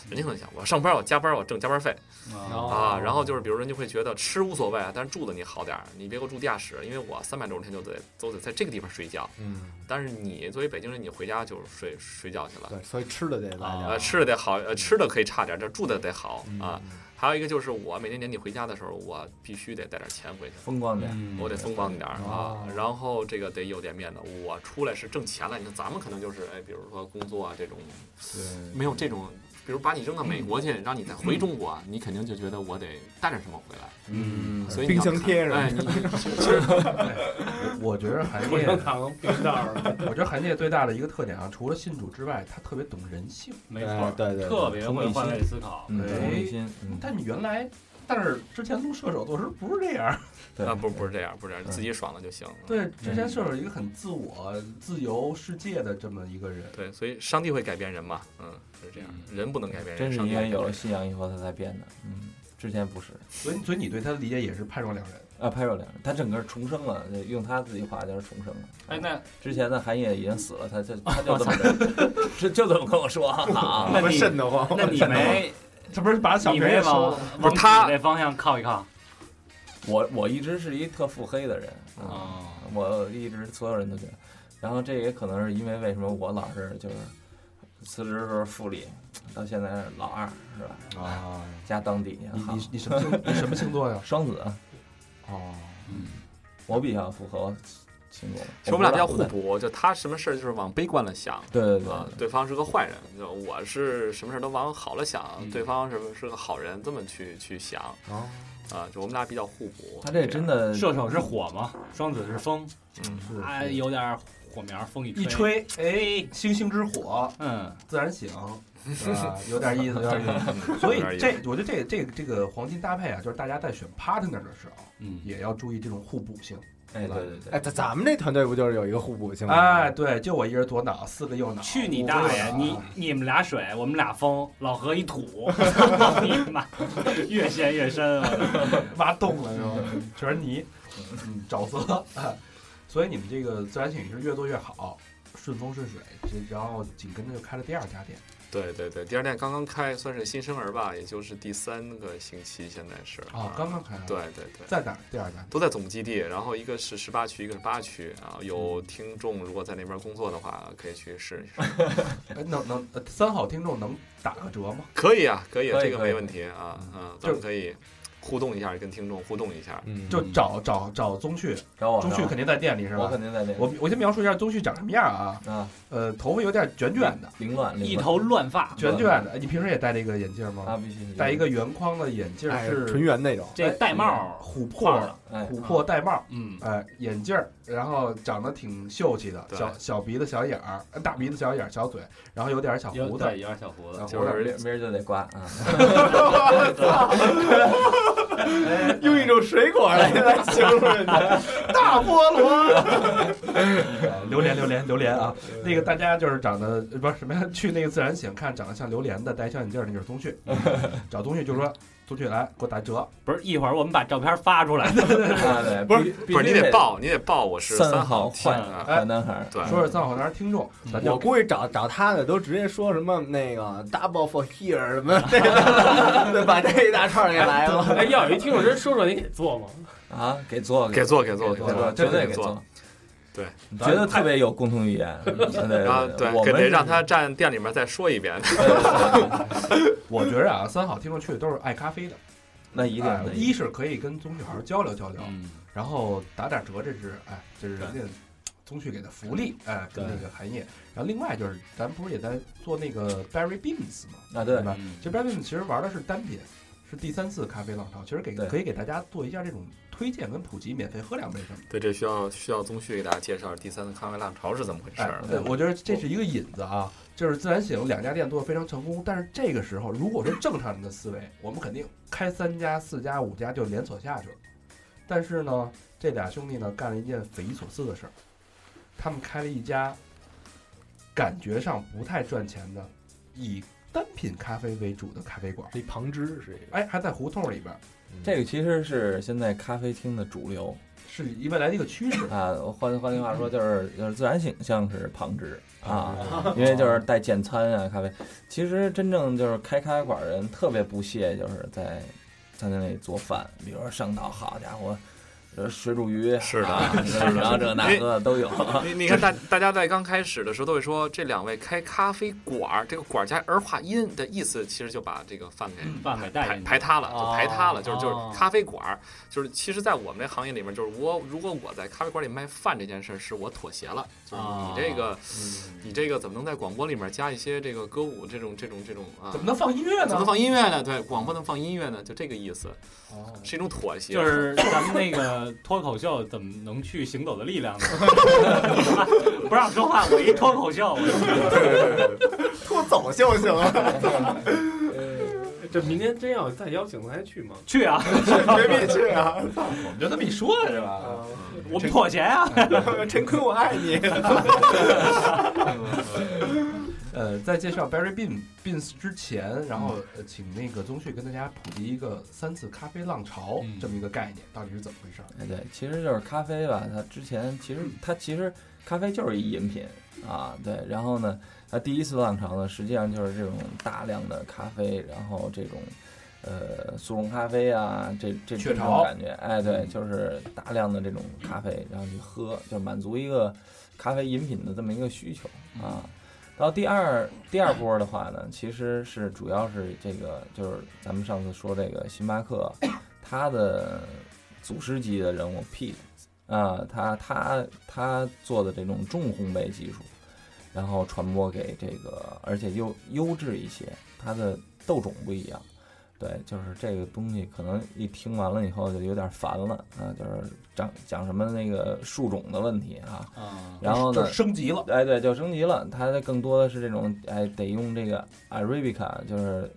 Speaker 8: 人家可能想我要上班我加班我挣加班费，
Speaker 6: 嗯哦
Speaker 8: 啊，然后就是比如人就会觉得吃无所谓啊，但是住的你好点儿，你别给我住地下室，因为我三百多天就得都得在这个地方睡觉。
Speaker 3: 嗯，
Speaker 8: 但是你作为北京人，你回家就是睡睡觉去了。
Speaker 3: 对，所以吃的得来点
Speaker 8: 呃，
Speaker 9: 啊
Speaker 3: 儿，
Speaker 8: 吃的得好，
Speaker 9: 嗯
Speaker 8: 呃，吃的可以差点儿，但住的得好啊。还有一个就是，我每年年底回家的时候，我必须得带点钱回去，
Speaker 9: 风光点
Speaker 8: 嗯我得风光点儿啊
Speaker 9: 哦。
Speaker 8: 然后这个得有点面子，我出来是挣钱了。你看咱们可能就是，哎，比如说工作啊这种，
Speaker 9: 对
Speaker 8: 没有这种，比如把你扔到美国去，让你再回中国，你肯定就觉得我得带点什么回来。
Speaker 9: 嗯
Speaker 8: 所以你要看
Speaker 9: [laughs]
Speaker 8: 哎，你其实
Speaker 5: 我我觉得韩
Speaker 8: 不 [laughs]
Speaker 5: 烨
Speaker 8: 正常不知道
Speaker 5: 我觉得韩烨最大的一个特点啊，除了信主之外，他特别懂人性，
Speaker 6: 没错对对对特别会换位思考
Speaker 5: 哎
Speaker 6: 嗯同理心嗯
Speaker 5: 但你原来，但是之前录射手座时不是这样。
Speaker 8: 啊，不不是这样，不是这样，自己爽了就行。
Speaker 5: 对，之前射手一个很自我、自由世界的这么一个人，
Speaker 8: 对，所以上帝会改变人嘛，嗯，是这样，人不能改变人，
Speaker 9: 真是
Speaker 8: 上帝
Speaker 9: 因
Speaker 8: 会改
Speaker 9: 为
Speaker 8: 变
Speaker 9: 有了
Speaker 8: 人
Speaker 9: 信仰以后，他才变的。嗯，之前不是。
Speaker 5: 所以所以你对他的理解也是判若两人。
Speaker 9: 啊，拍若两人，他整个重生了，用他自己话就是重生了。
Speaker 6: 哎那，
Speaker 9: 之前的韩烨已经死了，他就他就这么着，就就这么跟我说啊 [laughs]
Speaker 6: 那你那你没，
Speaker 5: 这不是把
Speaker 9: 小
Speaker 6: 你
Speaker 9: 明也
Speaker 6: 没
Speaker 9: 说
Speaker 6: 往
Speaker 9: 了
Speaker 6: 往
Speaker 9: 不是他
Speaker 6: 死那方向靠一靠？
Speaker 9: 我我一直是一特腹黑的人嗯
Speaker 6: 啊，
Speaker 9: 我一直所有人都觉得，然后这也可能是因为为什么我老是就是辞职的时候副理，到现在是老二是吧？
Speaker 5: 啊，
Speaker 9: 加当底，
Speaker 5: 你
Speaker 9: 好
Speaker 5: 你你什么星你什么星座呀
Speaker 9: 双子。
Speaker 5: 哦，
Speaker 9: 嗯，我比较符合星座，
Speaker 8: 其实我们俩比较
Speaker 9: 不
Speaker 8: 互
Speaker 9: 知道
Speaker 8: 补，就他什么事儿就是往悲观了想，
Speaker 9: 对对对
Speaker 8: 啊，对方是个坏人，就我是什么事儿都往好了想，对方是是个好人，这么去去想，
Speaker 9: 哦
Speaker 8: 啊，就我们俩比较互补。
Speaker 9: 他这真的
Speaker 6: 射手是火嘛，双子是风，
Speaker 8: 嗯
Speaker 6: 哎，有点火苗，风一
Speaker 5: 一吹，哎，星星之火，
Speaker 6: 嗯，
Speaker 5: 自然醒， [laughs] 是吧有点意思，有点意思。
Speaker 6: 嗯
Speaker 5: [laughs] 所以
Speaker 6: 有点意思
Speaker 5: 这，我觉得这这个这个黄金搭配啊，就是大家在选 partner 的时候，
Speaker 6: 嗯，
Speaker 5: 也要注意这种互补性。
Speaker 9: 哎，对对对
Speaker 5: 哎，
Speaker 3: 咱咱们这团队不就是有一个互补性吗？
Speaker 5: 哎，对，就我一人左脑，四个右脑。
Speaker 6: 去你大爷！你你们俩水，我们俩风，老何一土，
Speaker 3: [laughs]
Speaker 6: 你妈越陷越深啊！
Speaker 5: 挖洞了是吧？全是泥，嗯，沼泽。 [laughs] 哎所以你们这个自然醒是越做越好，顺风顺水，这然后紧跟着就开了第二家店。
Speaker 8: 对对对，第二店刚刚开，算是新生儿吧，也就是第三个星期，现在是
Speaker 5: 哦
Speaker 8: 啊
Speaker 5: 刚刚开啊
Speaker 8: 对对对，
Speaker 5: 在哪儿第二家店
Speaker 8: 都在总基地，然后一个是十八区，一个是八区啊。有听众如果在那边工作的话，可以去试一试。
Speaker 5: 哎，能能呃三好听众能打个折吗？
Speaker 8: 可以啊，可以，啊，
Speaker 5: 可以
Speaker 8: 这个没问题啊，嗯，咱
Speaker 5: 就嗯
Speaker 8: 们可以互动一下，跟听众互动一下。
Speaker 5: 就找找找宗旭，
Speaker 9: 找我
Speaker 5: 宗旭
Speaker 9: 嗯哦找我
Speaker 5: 肯定在店里是吧？
Speaker 9: 我肯定在店里
Speaker 5: 我我先描述一下宗旭长什么样啊？
Speaker 9: 啊，
Speaker 5: 呃，头发有点卷卷的，
Speaker 9: 凌乱凌乱
Speaker 6: 一头乱发
Speaker 5: 卷卷的。哎你平时也戴这个眼镜吗？
Speaker 9: 啊必须
Speaker 5: 戴一个圆框的眼镜
Speaker 3: 哎
Speaker 5: 是
Speaker 3: 纯啊圆那种
Speaker 6: 这戴帽
Speaker 3: 嗯
Speaker 6: 儿
Speaker 5: 琥
Speaker 6: 换
Speaker 5: 珀
Speaker 6: 了
Speaker 9: 哎
Speaker 5: 琥珀戴帽，
Speaker 6: 嗯，
Speaker 5: 哎，眼镜儿，然后长得挺秀气的，
Speaker 8: 对
Speaker 5: 小小鼻子小眼儿，呃大鼻子小眼儿小嘴，然后有点小
Speaker 6: 有
Speaker 5: 胡子，
Speaker 6: 对有点小胡子
Speaker 5: 小胡子
Speaker 9: 啊明儿就得刮啊！
Speaker 3: [laughs] 用一种水果来来形容人家，大菠萝。
Speaker 5: 哎 [laughs] 榴莲榴莲榴莲啊！那个大家就是长得呃不是什么呀，去那个自然醒看长得像榴莲的戴小眼镜儿的就是宗旭，找宗旭就说宗旭来给我打折，
Speaker 6: [laughs] 不是一会儿我们把照片发出来，
Speaker 9: 不是
Speaker 8: 不是你得报，你得报，我是三号
Speaker 3: 坏
Speaker 8: 啊
Speaker 3: 坏
Speaker 9: 男孩。
Speaker 8: 对，
Speaker 3: 说
Speaker 5: 是三好男孩听众，咱
Speaker 3: [laughs]
Speaker 5: 就
Speaker 3: 我估计找找他的都直接说什么那个 double for here 什
Speaker 6: [laughs]
Speaker 3: 么这个，对把这一大串给来了。
Speaker 10: 哎，要有一听众真说说，你给做吗？
Speaker 9: 啊，给做
Speaker 8: 给做给做
Speaker 9: 给做
Speaker 8: 绝
Speaker 9: 绝
Speaker 8: 对
Speaker 9: 对
Speaker 8: 给
Speaker 9: 给
Speaker 8: 做
Speaker 9: 做。
Speaker 8: 对，
Speaker 9: 觉得特别有共同语言。对
Speaker 8: 啊，对，
Speaker 9: 我
Speaker 8: 给
Speaker 9: 们
Speaker 8: 得
Speaker 9: 是
Speaker 8: 让他站店里面再说一遍。
Speaker 5: 我觉着啊，三好听众去的都是爱咖啡的，
Speaker 9: 那一定
Speaker 5: 哎
Speaker 9: 的
Speaker 5: 一是可以跟宗旭好好交流交流，
Speaker 6: 嗯，
Speaker 5: 然后打打折，这是哎，这是人家宗旭给的福利，哎，跟那个韩烨。然后另外就是，咱不是也在做那个 Barry Beams 吗？
Speaker 9: 啊，对
Speaker 5: 对，吧？
Speaker 6: 嗯
Speaker 5: 其实 Barry Beams 其实玩的是单品，是第三次咖啡浪潮，其实给
Speaker 9: 对
Speaker 5: 可以给大家做一下这种推荐跟普及，免费喝两杯什么的。
Speaker 8: [laughs] 对，这需要需要宗旭给大家介绍第三次咖啡浪潮是怎么回事
Speaker 5: 哎
Speaker 8: 儿，。
Speaker 5: 对，我觉得这是一个引子啊，就是自然醒两家店做的非常成功，但是这个时候如果是正常人的思维，我们肯定开三家、四家、五家就连锁下去了。但是呢，这俩兄弟呢干了一件匪夷所思的事儿，他们开了一家感觉上不太赚钱的，以单品咖啡为主的咖啡馆，
Speaker 3: 这旁支是一个，
Speaker 5: 哎，还在胡同里边，
Speaker 9: 这个其实是现在咖啡厅的主流
Speaker 5: 是一未来的一个趋
Speaker 8: [laughs]
Speaker 5: 势。
Speaker 9: 啊。换换句话说，就是就是自然形象是旁支啊，因为就是带简餐啊，咖啡。其实真正就是开咖啡馆的人特别不屑，就是在餐厅里做饭，比如说上岛，好家伙，呃水煮鱼
Speaker 8: [laughs] [laughs] 是的
Speaker 9: 啊
Speaker 8: 是的哎
Speaker 9: 然后这个那个都有。
Speaker 8: 你你看大大家在刚开始的时候都会说这两位开咖啡馆儿，这个馆儿加儿化音的意思，其实就把这个饭给
Speaker 6: 饭给带
Speaker 8: 排
Speaker 6: 进去
Speaker 8: 排塌了，就
Speaker 6: 哦
Speaker 8: 排塌了，就
Speaker 6: 哦
Speaker 8: 是就是咖啡馆儿，就是其实，在我们这行业里面，就是我如果我在咖啡馆里卖饭这件事，是我妥协了，就是
Speaker 6: 哦
Speaker 8: 你这个你这个怎么能在广播里面加一些这个歌舞这种这种这种啊
Speaker 5: 怎？么能放音乐
Speaker 8: 怎么能
Speaker 5: 呢？
Speaker 8: 放音乐呢？对，广播能放音乐呢，就这个意思，
Speaker 5: 哦
Speaker 8: 是一种妥协。
Speaker 6: 就是咱们那
Speaker 5: [laughs]
Speaker 6: 个脱口秀怎么能去行走的力量呢？ [laughs] 不让说话，我一脱口秀，我
Speaker 7: 脱走就行了，
Speaker 10: 呃这明天真要再邀请我还去吗？[laughs]
Speaker 6: 去啊，
Speaker 7: 绝壁去
Speaker 3: [laughs]
Speaker 7: 啊！
Speaker 5: 我们就这么一说是吧？嗯
Speaker 6: 我们妥协啊。 [laughs]
Speaker 7: 陈坤，我爱你。
Speaker 5: 呃，在介绍 Barry Bean Beans 之前，然后呃请那个宗旭跟大家普及一个三次咖啡浪潮
Speaker 6: 嗯
Speaker 5: 这么一个概念，到底是怎么回事儿？
Speaker 9: 哎，对，其实就是咖啡吧。它之前其实它其实咖啡就是一饮品啊，对。然后呢，它第一次浪潮呢，实际上就是这种大量的咖啡，然后这种呃速溶咖啡啊，这这
Speaker 5: 雀
Speaker 9: 这种
Speaker 5: 巢嗯
Speaker 9: 感觉，哎，对，就是大量的这种咖啡，然后去喝，就满足一个咖啡饮品的这么一个需求
Speaker 5: 嗯
Speaker 9: 啊。到第二第二波的话呢，其实是主要是这个，就是咱们上次说这个星巴克，它的祖师级的人物 P，啊、他他他做的这种重烘焙技术，然后传播给这个，而且优优质一些，它的豆种不一样。对，就是这个东西，可能一听完了以后就有点烦了啊，就是讲讲什么那个树种的问题啊，
Speaker 6: 嗯
Speaker 9: 然后呢
Speaker 5: 就，升级了，
Speaker 9: 哎，对，就升级了，它的更多的是这种，哎，得用这个 Arabica，就是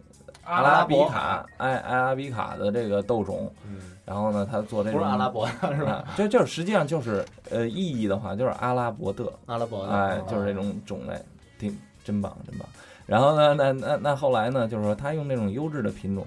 Speaker 9: 阿拉比
Speaker 5: 伯，
Speaker 9: 卡，哎，阿拉比卡的这个豆种，然后呢，它做这
Speaker 7: 嗯不
Speaker 9: 种
Speaker 7: 是阿拉伯，是吧？
Speaker 9: 啊，这就是实际上就是呃，意义的话就是阿拉伯的，
Speaker 7: 阿拉伯的，
Speaker 9: 哎，就是这种种类，挺真棒真棒。然后呢，那那那后来呢，就是说他用那种优质的品种，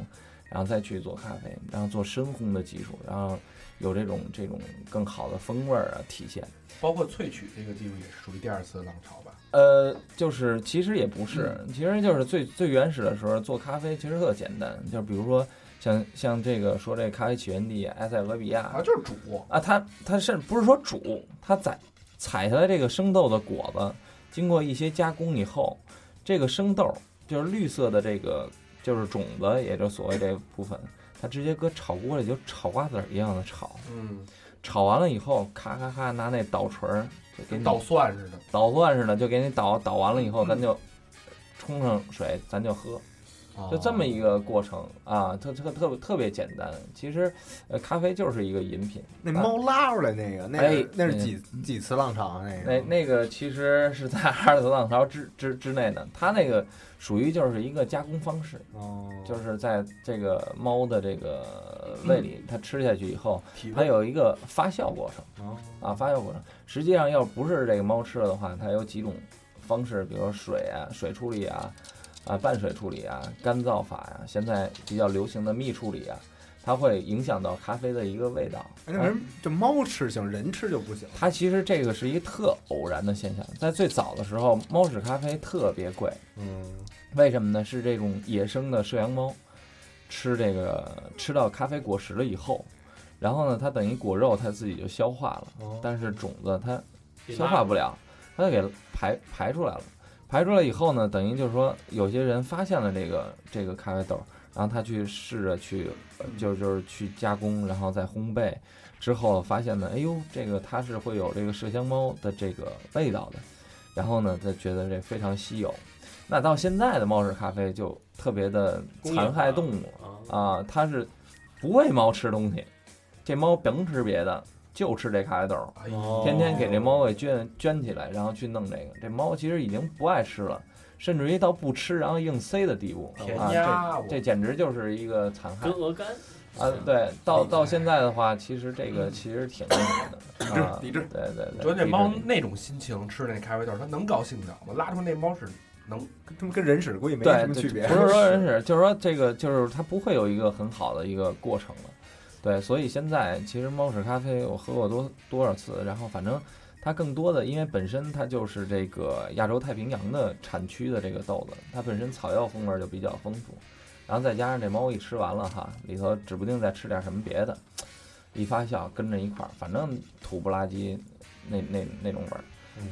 Speaker 9: 然后再去做咖啡，然后做深烘的技术，然后有这种这种更好的风味儿啊体现。
Speaker 5: 包括萃取这个技术也是属于第二次浪潮吧？
Speaker 9: 呃，就是其实也不是，
Speaker 7: 嗯
Speaker 9: 其实就是最最原始的时候做咖啡其实特简单，就比如说像像这个说这咖啡起源地埃塞俄比亚
Speaker 5: 啊，就是煮，
Speaker 9: 啊，它它甚至不是说煮，它采采下来这个生豆的果子，经过一些加工以后，这个生豆就是绿色的这个就是种子，也就所谓这部分，它直接搁炒锅里就炒瓜子儿一样的炒，
Speaker 5: 嗯，
Speaker 9: 炒完了以后，咔咔咔拿那捣锤儿就给你
Speaker 5: 捣蒜似的，
Speaker 9: 捣蒜似的，就给你捣捣完了以后，咱就冲上水，咱就喝。
Speaker 6: 哦
Speaker 9: 就这么一个过程啊，特特特特别简单。其实，呃，咖啡就是一个饮品。
Speaker 3: 那猫拉出来那个，那
Speaker 9: 哎
Speaker 3: 是那是几几次浪潮啊那
Speaker 9: 那
Speaker 3: 个？
Speaker 9: 那个其实是在阿尔特浪潮之之之内的，它那个属于就是一个加工方式，
Speaker 3: 哦，
Speaker 9: 就是在这个猫的这个胃
Speaker 3: 嗯
Speaker 9: 里，它吃下去以后，
Speaker 5: 体
Speaker 9: 它
Speaker 5: 味
Speaker 9: 有一个发酵过程
Speaker 3: 哦
Speaker 9: 啊，发酵过程。实际上，要不是这个猫吃了的话，它有几种方式，比如说水啊、水处理啊、啊半水处理啊、干燥法呀、现在比较流行的蜜处理啊，它会影响到咖啡的一个味道。啊
Speaker 3: 哎那为什么这猫吃行，人吃就不行？
Speaker 9: 它其实这个是一特偶然的现象，在最早的时候，猫屎咖啡特别贵，
Speaker 3: 嗯，
Speaker 9: 为什么呢？是这种野生的麝羊猫吃这个吃到咖啡果实了以后，然后呢，它等于果肉它自己就消化了，
Speaker 3: 哦
Speaker 9: 但是种子它
Speaker 5: 哦
Speaker 9: 消化不了，它就给排排出来了。排出来以后呢，等于就是说，有些人发现了这个这个咖啡豆，然后他去试着去，呃就就是去加工，然后再烘焙，之后发现呢，哎呦，这个它是会有这个麝香猫的这个味道的，然后呢，他觉得这非常稀有。那到现在的猫屎咖啡就特别的残害动物啊，它是不喂猫吃东西，这猫甭吃别的，就吃这咖啡豆儿，
Speaker 6: 哦
Speaker 9: 天天
Speaker 10: 哦
Speaker 9: 给这猫给圈圈起来，然后去弄这个。这猫其实已经不爱吃了，甚至于到不吃然后硬塞的地步
Speaker 10: 填鸭
Speaker 9: 啊，这这简直就是一个残害
Speaker 10: 跟。鹅肝
Speaker 9: 啊，对，到
Speaker 3: 嗯
Speaker 9: 到现在的话，其实这个其实挺那什么
Speaker 3: 嗯
Speaker 9: 的，啊
Speaker 5: 抵制抵制
Speaker 9: 对对对。
Speaker 5: 你说
Speaker 9: 抵
Speaker 5: 那
Speaker 9: 制
Speaker 5: 猫
Speaker 9: 抵制
Speaker 5: 那种心情吃那咖啡豆，它能高兴了吗？拉出那猫屎能
Speaker 3: 他们跟人屎估计没
Speaker 9: 对，
Speaker 3: 什么
Speaker 9: 对
Speaker 3: 区别。
Speaker 9: 不是说人屎，就是说这个就是它不会有一个很好的一个过程了。对，所以现在其实猫屎咖啡我喝过多多少次，然后反正它更多的，因为本身它就是这个亚洲太平洋的产区的这个豆子，它本身草药风味就比较丰富，然后再加上这猫一吃完了哈，里头指不定再吃点什么别的，一发酵跟着一块儿，反正土不拉几那那那种味儿。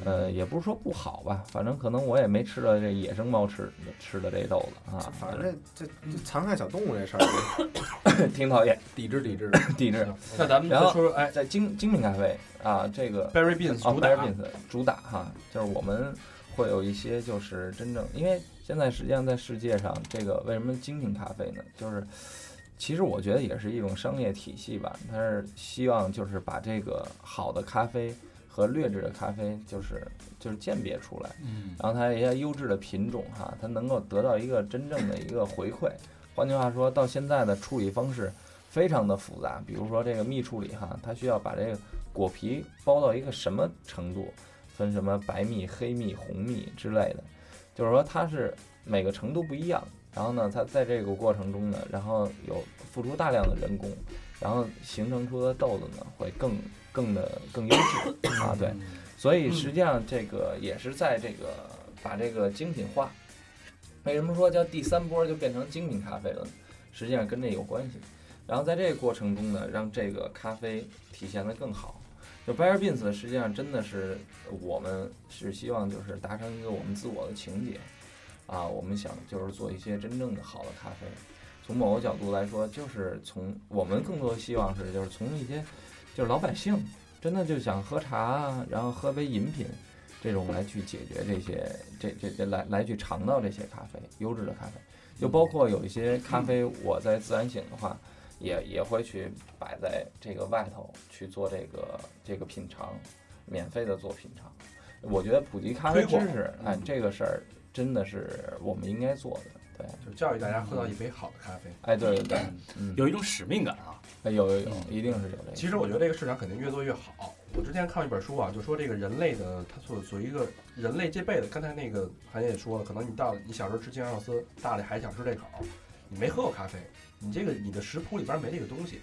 Speaker 9: 呃，也不是说不好吧，反正可能我也没吃到这野生猫吃吃的这豆子啊，
Speaker 3: 反正这这这残害小动物这事儿，
Speaker 9: [laughs] 挺讨厌，
Speaker 3: 抵制抵制。
Speaker 9: 抵制。
Speaker 5: 那咱们再
Speaker 9: 然后
Speaker 5: 说说，哎
Speaker 9: 在精精品咖啡啊，这个
Speaker 5: b e r r y Beans
Speaker 9: 啊
Speaker 5: 主打
Speaker 9: Bear Beans 主打哈，就是我们会有一些就是真正，因为现在实际上在世界上，这个为什么精品咖啡呢？就是其实我觉得也是一种商业体系吧，它是希望就是把这个好的咖啡和劣质的咖啡就是就是鉴别出来。
Speaker 6: 嗯，
Speaker 9: 然后它一些优质的品种哈，它能够得到一个真正的一个回馈。换句话说，到现在的处理方式非常的复杂，比如说这个蜜处理哈，它需要把这个果皮剥到一个什么程度，分什么白蜜、黑蜜、红蜜之类的，就是说它是每个程度不一样。然后呢，它在这个过程中呢，然后有付出大量的人工，然后形成出的豆子呢会更更的更优质啊，对。所以实际上这个也是在这个把这个精品化。为什么说叫第三波就变成精品咖啡了呢？实际上跟这有关系。然后在这个过程中呢，让这个咖啡体现得更好。就 b e r Beans 实际上真的是我们是希望就是达成一个我们自我的情节啊，我们想就是做一些真正的好的咖啡。从某个角度来说，就是从我们更多希望是就是从一些就是老百姓真的就想喝茶啊，然后喝杯饮品，这种来去解决这些这这这来来去尝到这些咖啡优质的咖啡，就包括有一些咖啡我在自然醒的话，也也会去摆在这个外头去做这个这个品尝，免费的做品尝。我觉得普及咖啡知
Speaker 5: 推广
Speaker 9: 识，哎，这个事儿真的是我们应该做的。对，
Speaker 5: 就教育大家喝到一杯好的咖啡。
Speaker 9: 哎，对对对，嗯，
Speaker 6: 有一种使命感啊，
Speaker 9: 哎有有有，一定是有这个。
Speaker 5: 嗯其实我觉得这个市场肯定越做越好。我之前看过一本书啊，就说这个人类的它所所一个人类这辈子，刚才那个韩姐也说了，可能你到你小时候吃青香肉丝，大了还想吃这口，你没喝过咖啡，你这个你的食谱里边没这个东西。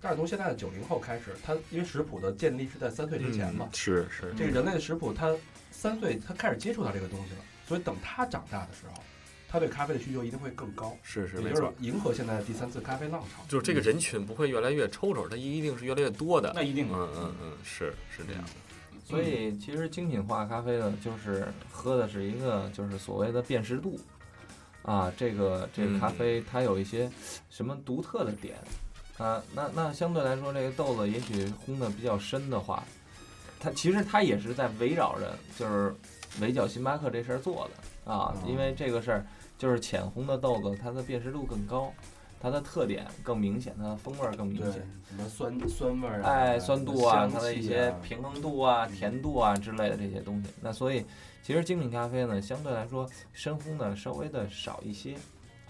Speaker 5: 但是从现在的九零后开始，它因为食谱的建立是在三岁之前嘛，
Speaker 8: 嗯是是
Speaker 5: 这个人类的食谱，他三岁他开始接触到这个东西了，所以等他长大的时候，他对咖啡的需求一定会更高，
Speaker 8: 是是
Speaker 5: 也
Speaker 8: 没
Speaker 5: 就是
Speaker 8: 错，
Speaker 5: 迎合现在的第三次咖啡浪潮。
Speaker 8: 就是这个人群不会越来越抽抽，它一定是越来越多的。
Speaker 6: 那一定
Speaker 8: 嗯嗯嗯，是是这样的。
Speaker 9: 所
Speaker 5: 嗯
Speaker 9: 以其实精品化咖啡呢，就是喝的是一个就是所谓的辨识度，啊，这个这个
Speaker 8: 嗯
Speaker 9: 咖啡它有一些什么独特的点，啊，那那相对来说这个豆子也许烘的比较深的话，它其实它也是在围绕着就是围剿星巴克这事儿做的
Speaker 5: 哦
Speaker 9: 啊，因为这个事儿就是浅烘的豆子它的辨识度更高，它的特点更明显，它的风味儿更明
Speaker 5: 对
Speaker 9: 显。，
Speaker 5: 什么酸酸味儿啊，
Speaker 9: 嗯哎，酸度啊，它的一些
Speaker 5: 香气嗯
Speaker 9: 平衡度啊、甜度啊之类的这些东西。那所以，其实精品咖啡呢，相对来说深烘的稍微的少一些，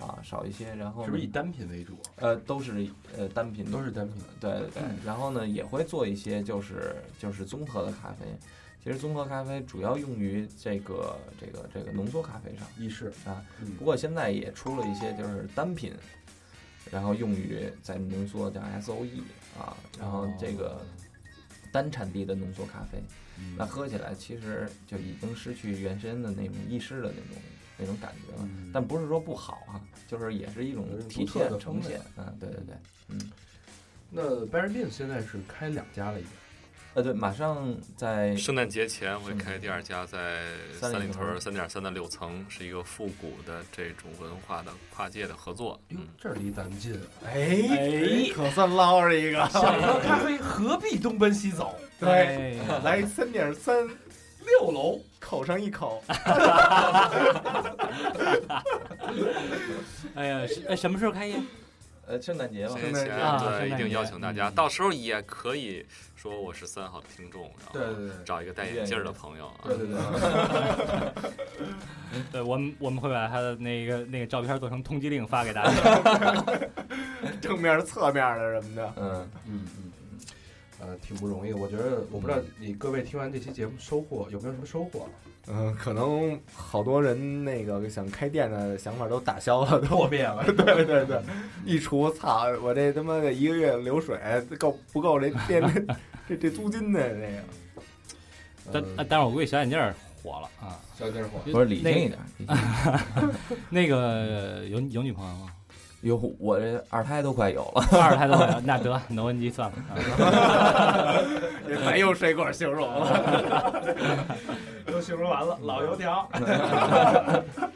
Speaker 9: 啊，少一些。然
Speaker 5: 啊，
Speaker 9: 后
Speaker 5: 是不是以单品为主？啊
Speaker 9: 呃，都是呃单品
Speaker 5: 嗯都是单嗯品。
Speaker 9: 对对对，然后呢也会做一些就是就是综合的咖啡。其实综合咖啡主要用于这个这个这个浓缩咖啡上。
Speaker 5: 意式
Speaker 9: 啊，
Speaker 5: 嗯
Speaker 9: 不过现在也出了一些就是单品，然后用于在浓缩叫 SOE 啊，然后这
Speaker 5: 哦
Speaker 9: 个单产地的浓缩咖啡，那喝起来其实就已经失去原先的那种意式的那种那种感觉了。但不是说不好啊，就是也是一种
Speaker 5: 有一种
Speaker 9: 体
Speaker 5: 独特
Speaker 9: 现
Speaker 5: 的
Speaker 9: 呈
Speaker 5: 风味
Speaker 9: 现啊，对对对，
Speaker 5: 那 b a r r y b e a n 现在是开两家了，已经
Speaker 9: 呃，对，马上在
Speaker 8: 圣诞节前会开第二家，在
Speaker 9: 三里
Speaker 8: 三里
Speaker 9: 屯
Speaker 8: 屯三点三的六层，是一个复古的这种文化的跨界的合作。嗯，
Speaker 5: 这离咱们近，啊
Speaker 3: 哎，可算捞着一个。
Speaker 5: 想喝咖啡何必东奔西走？
Speaker 3: 对，来三点三
Speaker 5: 六楼
Speaker 3: 口上一口，
Speaker 6: 哎呀，是哎什么时候开业？
Speaker 9: 呃圣诞节嘛，
Speaker 3: 诞
Speaker 8: 圣诞
Speaker 3: 节
Speaker 8: 节
Speaker 6: 啊圣
Speaker 8: 哎对，一
Speaker 6: 诞
Speaker 8: 定
Speaker 6: 节
Speaker 8: 邀请大家，到时候也可以说我是三好的听众，然后
Speaker 5: 对对
Speaker 8: 找一个戴眼镜儿的朋友啊
Speaker 9: 对。对对，
Speaker 6: 对我们我们会把他的那个那个照片做成通缉令发给大家。
Speaker 3: [laughs] 正面、侧面的什么的，
Speaker 9: 嗯，
Speaker 5: 嗯嗯嗯，呃，挺不容易。我觉得，我不知道你各位听完这期节目收获有没有什么收获？啊
Speaker 3: 嗯，可能好多人那个想开店的想法都打消了，都
Speaker 5: 破灭了，
Speaker 3: [laughs] 对对对，一除操，我这他妈的一个月流水够不够这店这这租金呢？这个
Speaker 6: 但
Speaker 9: 哎
Speaker 5: 呃
Speaker 6: 但是我估计小眼镜儿火了啊。
Speaker 5: 小地儿火，
Speaker 9: 不是理性
Speaker 6: 那
Speaker 9: 一点。理性一点
Speaker 6: 那个有有女朋友吗？
Speaker 9: 哟，我这二胎都快有了，
Speaker 6: 二胎都没有，那得挪文姬算了。啊
Speaker 3: 这没有水果形容了，
Speaker 5: [laughs] 都形容完了，老油条。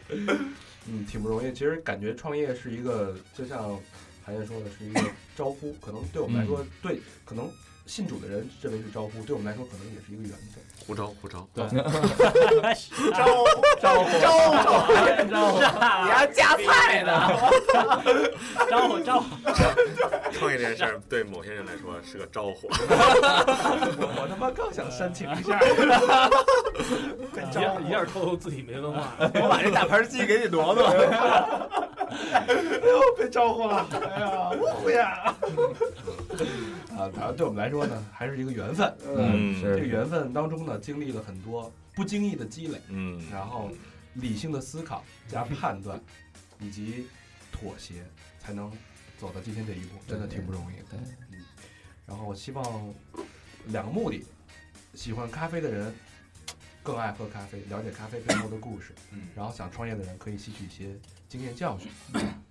Speaker 5: [laughs] 嗯，挺不容易。其实感觉创业是一个，就像韩燕说的，是一个招呼。可能对我们来
Speaker 9: 嗯
Speaker 5: 说，对可能信主的人认为是招呼，对我们来说可能也是一个缘分。
Speaker 8: 胡诌胡诌，
Speaker 6: 对，
Speaker 3: 招招招招，你还夹菜呢？
Speaker 6: 招呼招呼，
Speaker 8: 创业这件事儿对某些人来说是个招呼。
Speaker 5: 我他妈刚想煽
Speaker 9: 呃
Speaker 5: 情一下，
Speaker 10: 一下一下透露自己没文化，
Speaker 3: 我把这大盘鸡给你挪挪。
Speaker 5: 又被招呼了，哎呀，误会呀！啊，反正对我们来说呢，还是一个缘分。
Speaker 8: 嗯，
Speaker 5: 这
Speaker 9: 是
Speaker 5: 个缘分当中呢，经历了很多不经意的积累，
Speaker 8: 嗯，
Speaker 5: 然后理性的思考加判断，以及妥协，才能走到今天这一步，真的挺不容易。
Speaker 9: 对
Speaker 5: 嗯，然后我希望两个目的：喜欢咖啡的人更爱喝咖啡，了解咖啡背后的故事；
Speaker 9: 嗯
Speaker 5: 然后想创业的人可以吸取一些经验教训，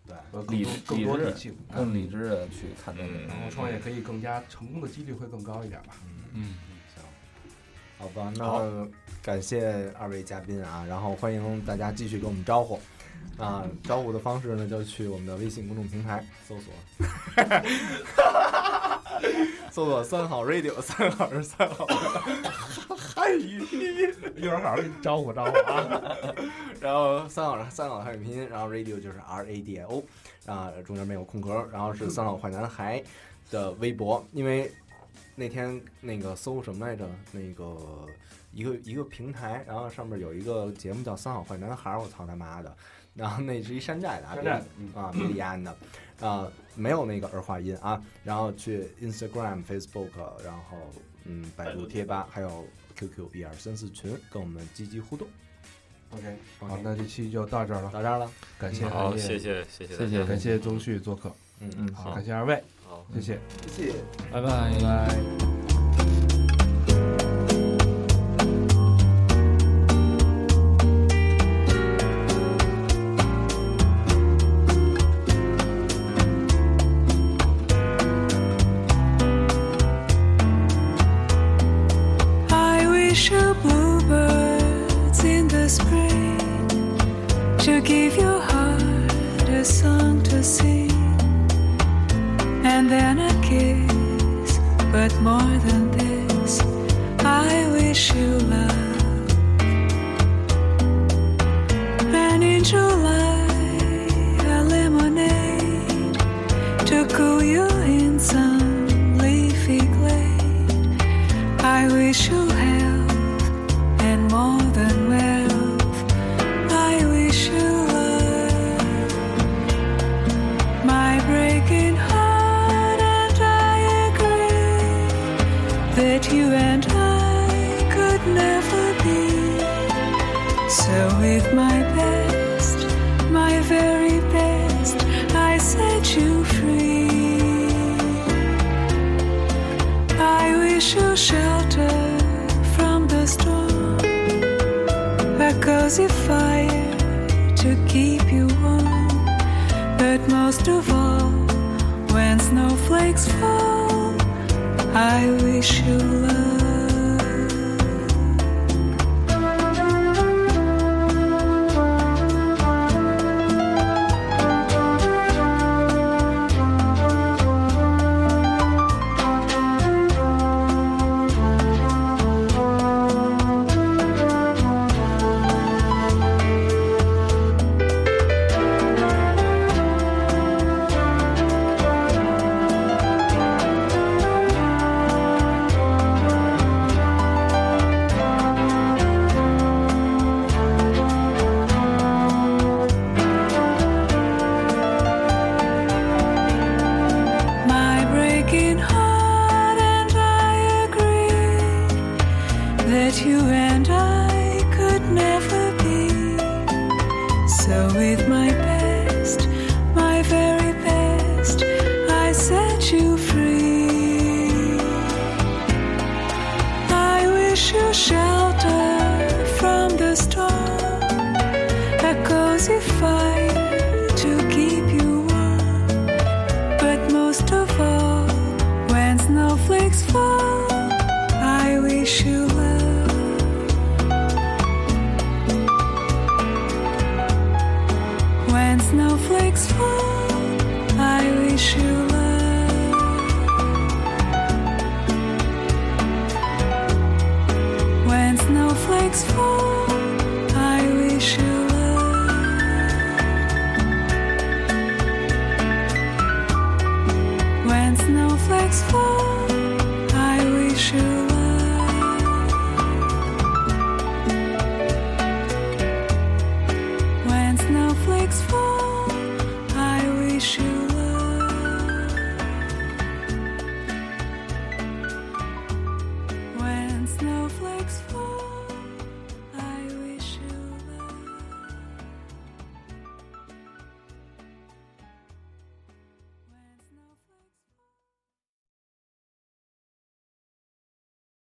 Speaker 5: 对，和更
Speaker 9: 理
Speaker 5: 多更多
Speaker 9: 理智
Speaker 5: 理性。啊
Speaker 9: 更理智的去看待这个。
Speaker 8: 嗯
Speaker 5: 然后创业可以更加成功的几率会更高一点吧。
Speaker 6: 嗯，
Speaker 3: 好吧，那感谢二位嘉宾啊，然后欢迎大家继续跟我们招呼。啊，招呼的方式呢，就去我们的微信公众平台搜索，搜索三好 radio，三好是三好，汉语拼音，
Speaker 5: 一会儿好好给你招呼招呼啊！
Speaker 3: 然后三好三好汉语拼音，然后 radio 就是 R A D I O，啊，中间没有空格，然后是三好坏男孩的微博，因为那天那个搜什么来着？那个一个一个平台，然后上面有一个节目叫《三好坏男孩》，我操他妈的！然后那是一山寨的啊，
Speaker 5: 山寨的
Speaker 3: 别的啊，别的延安的，啊，没有那个儿化音啊。然后去 Instagram、Facebook，然后嗯，百度贴吧，还有 QQ 一二三四群，跟我们积极互动。
Speaker 5: OK，好，那这期就到这儿了，
Speaker 3: 到这儿了，
Speaker 5: 感嗯谢
Speaker 8: 嗯好，
Speaker 5: 韩烨
Speaker 8: 谢谢谢谢大
Speaker 9: 谢
Speaker 8: 家
Speaker 9: 谢，
Speaker 5: 感谢宗旭做客，
Speaker 3: 嗯
Speaker 9: 嗯
Speaker 5: 好，
Speaker 8: 好
Speaker 5: 感谢二位，
Speaker 8: 好。
Speaker 5: 谢谢。
Speaker 3: 谢谢。
Speaker 6: 拜拜。
Speaker 11: I wish a bluebirds in the spring to give your heart a song to sing, and then a kiss. But more than this, I wish you love. And in July, a lemonade to cool you in some leafy glade. I wish you health and more than wealth. I wish you love. My breaking heart, and I agree that you and I could never be. So, with my best, my very best, I set you free. I wish you shelter from the storm, a cozy fire to keep you warm. But most of all, when snowflakes fall, I wish you love. My breaking heart, and I agree that you and I could never be. So, with my best, my very best, I set you free. I wish you shelter from the storm, a cozy fire to keep you warm. But most of all, when snowflakes fall, I wish you love. When snowflakes fall, I wish you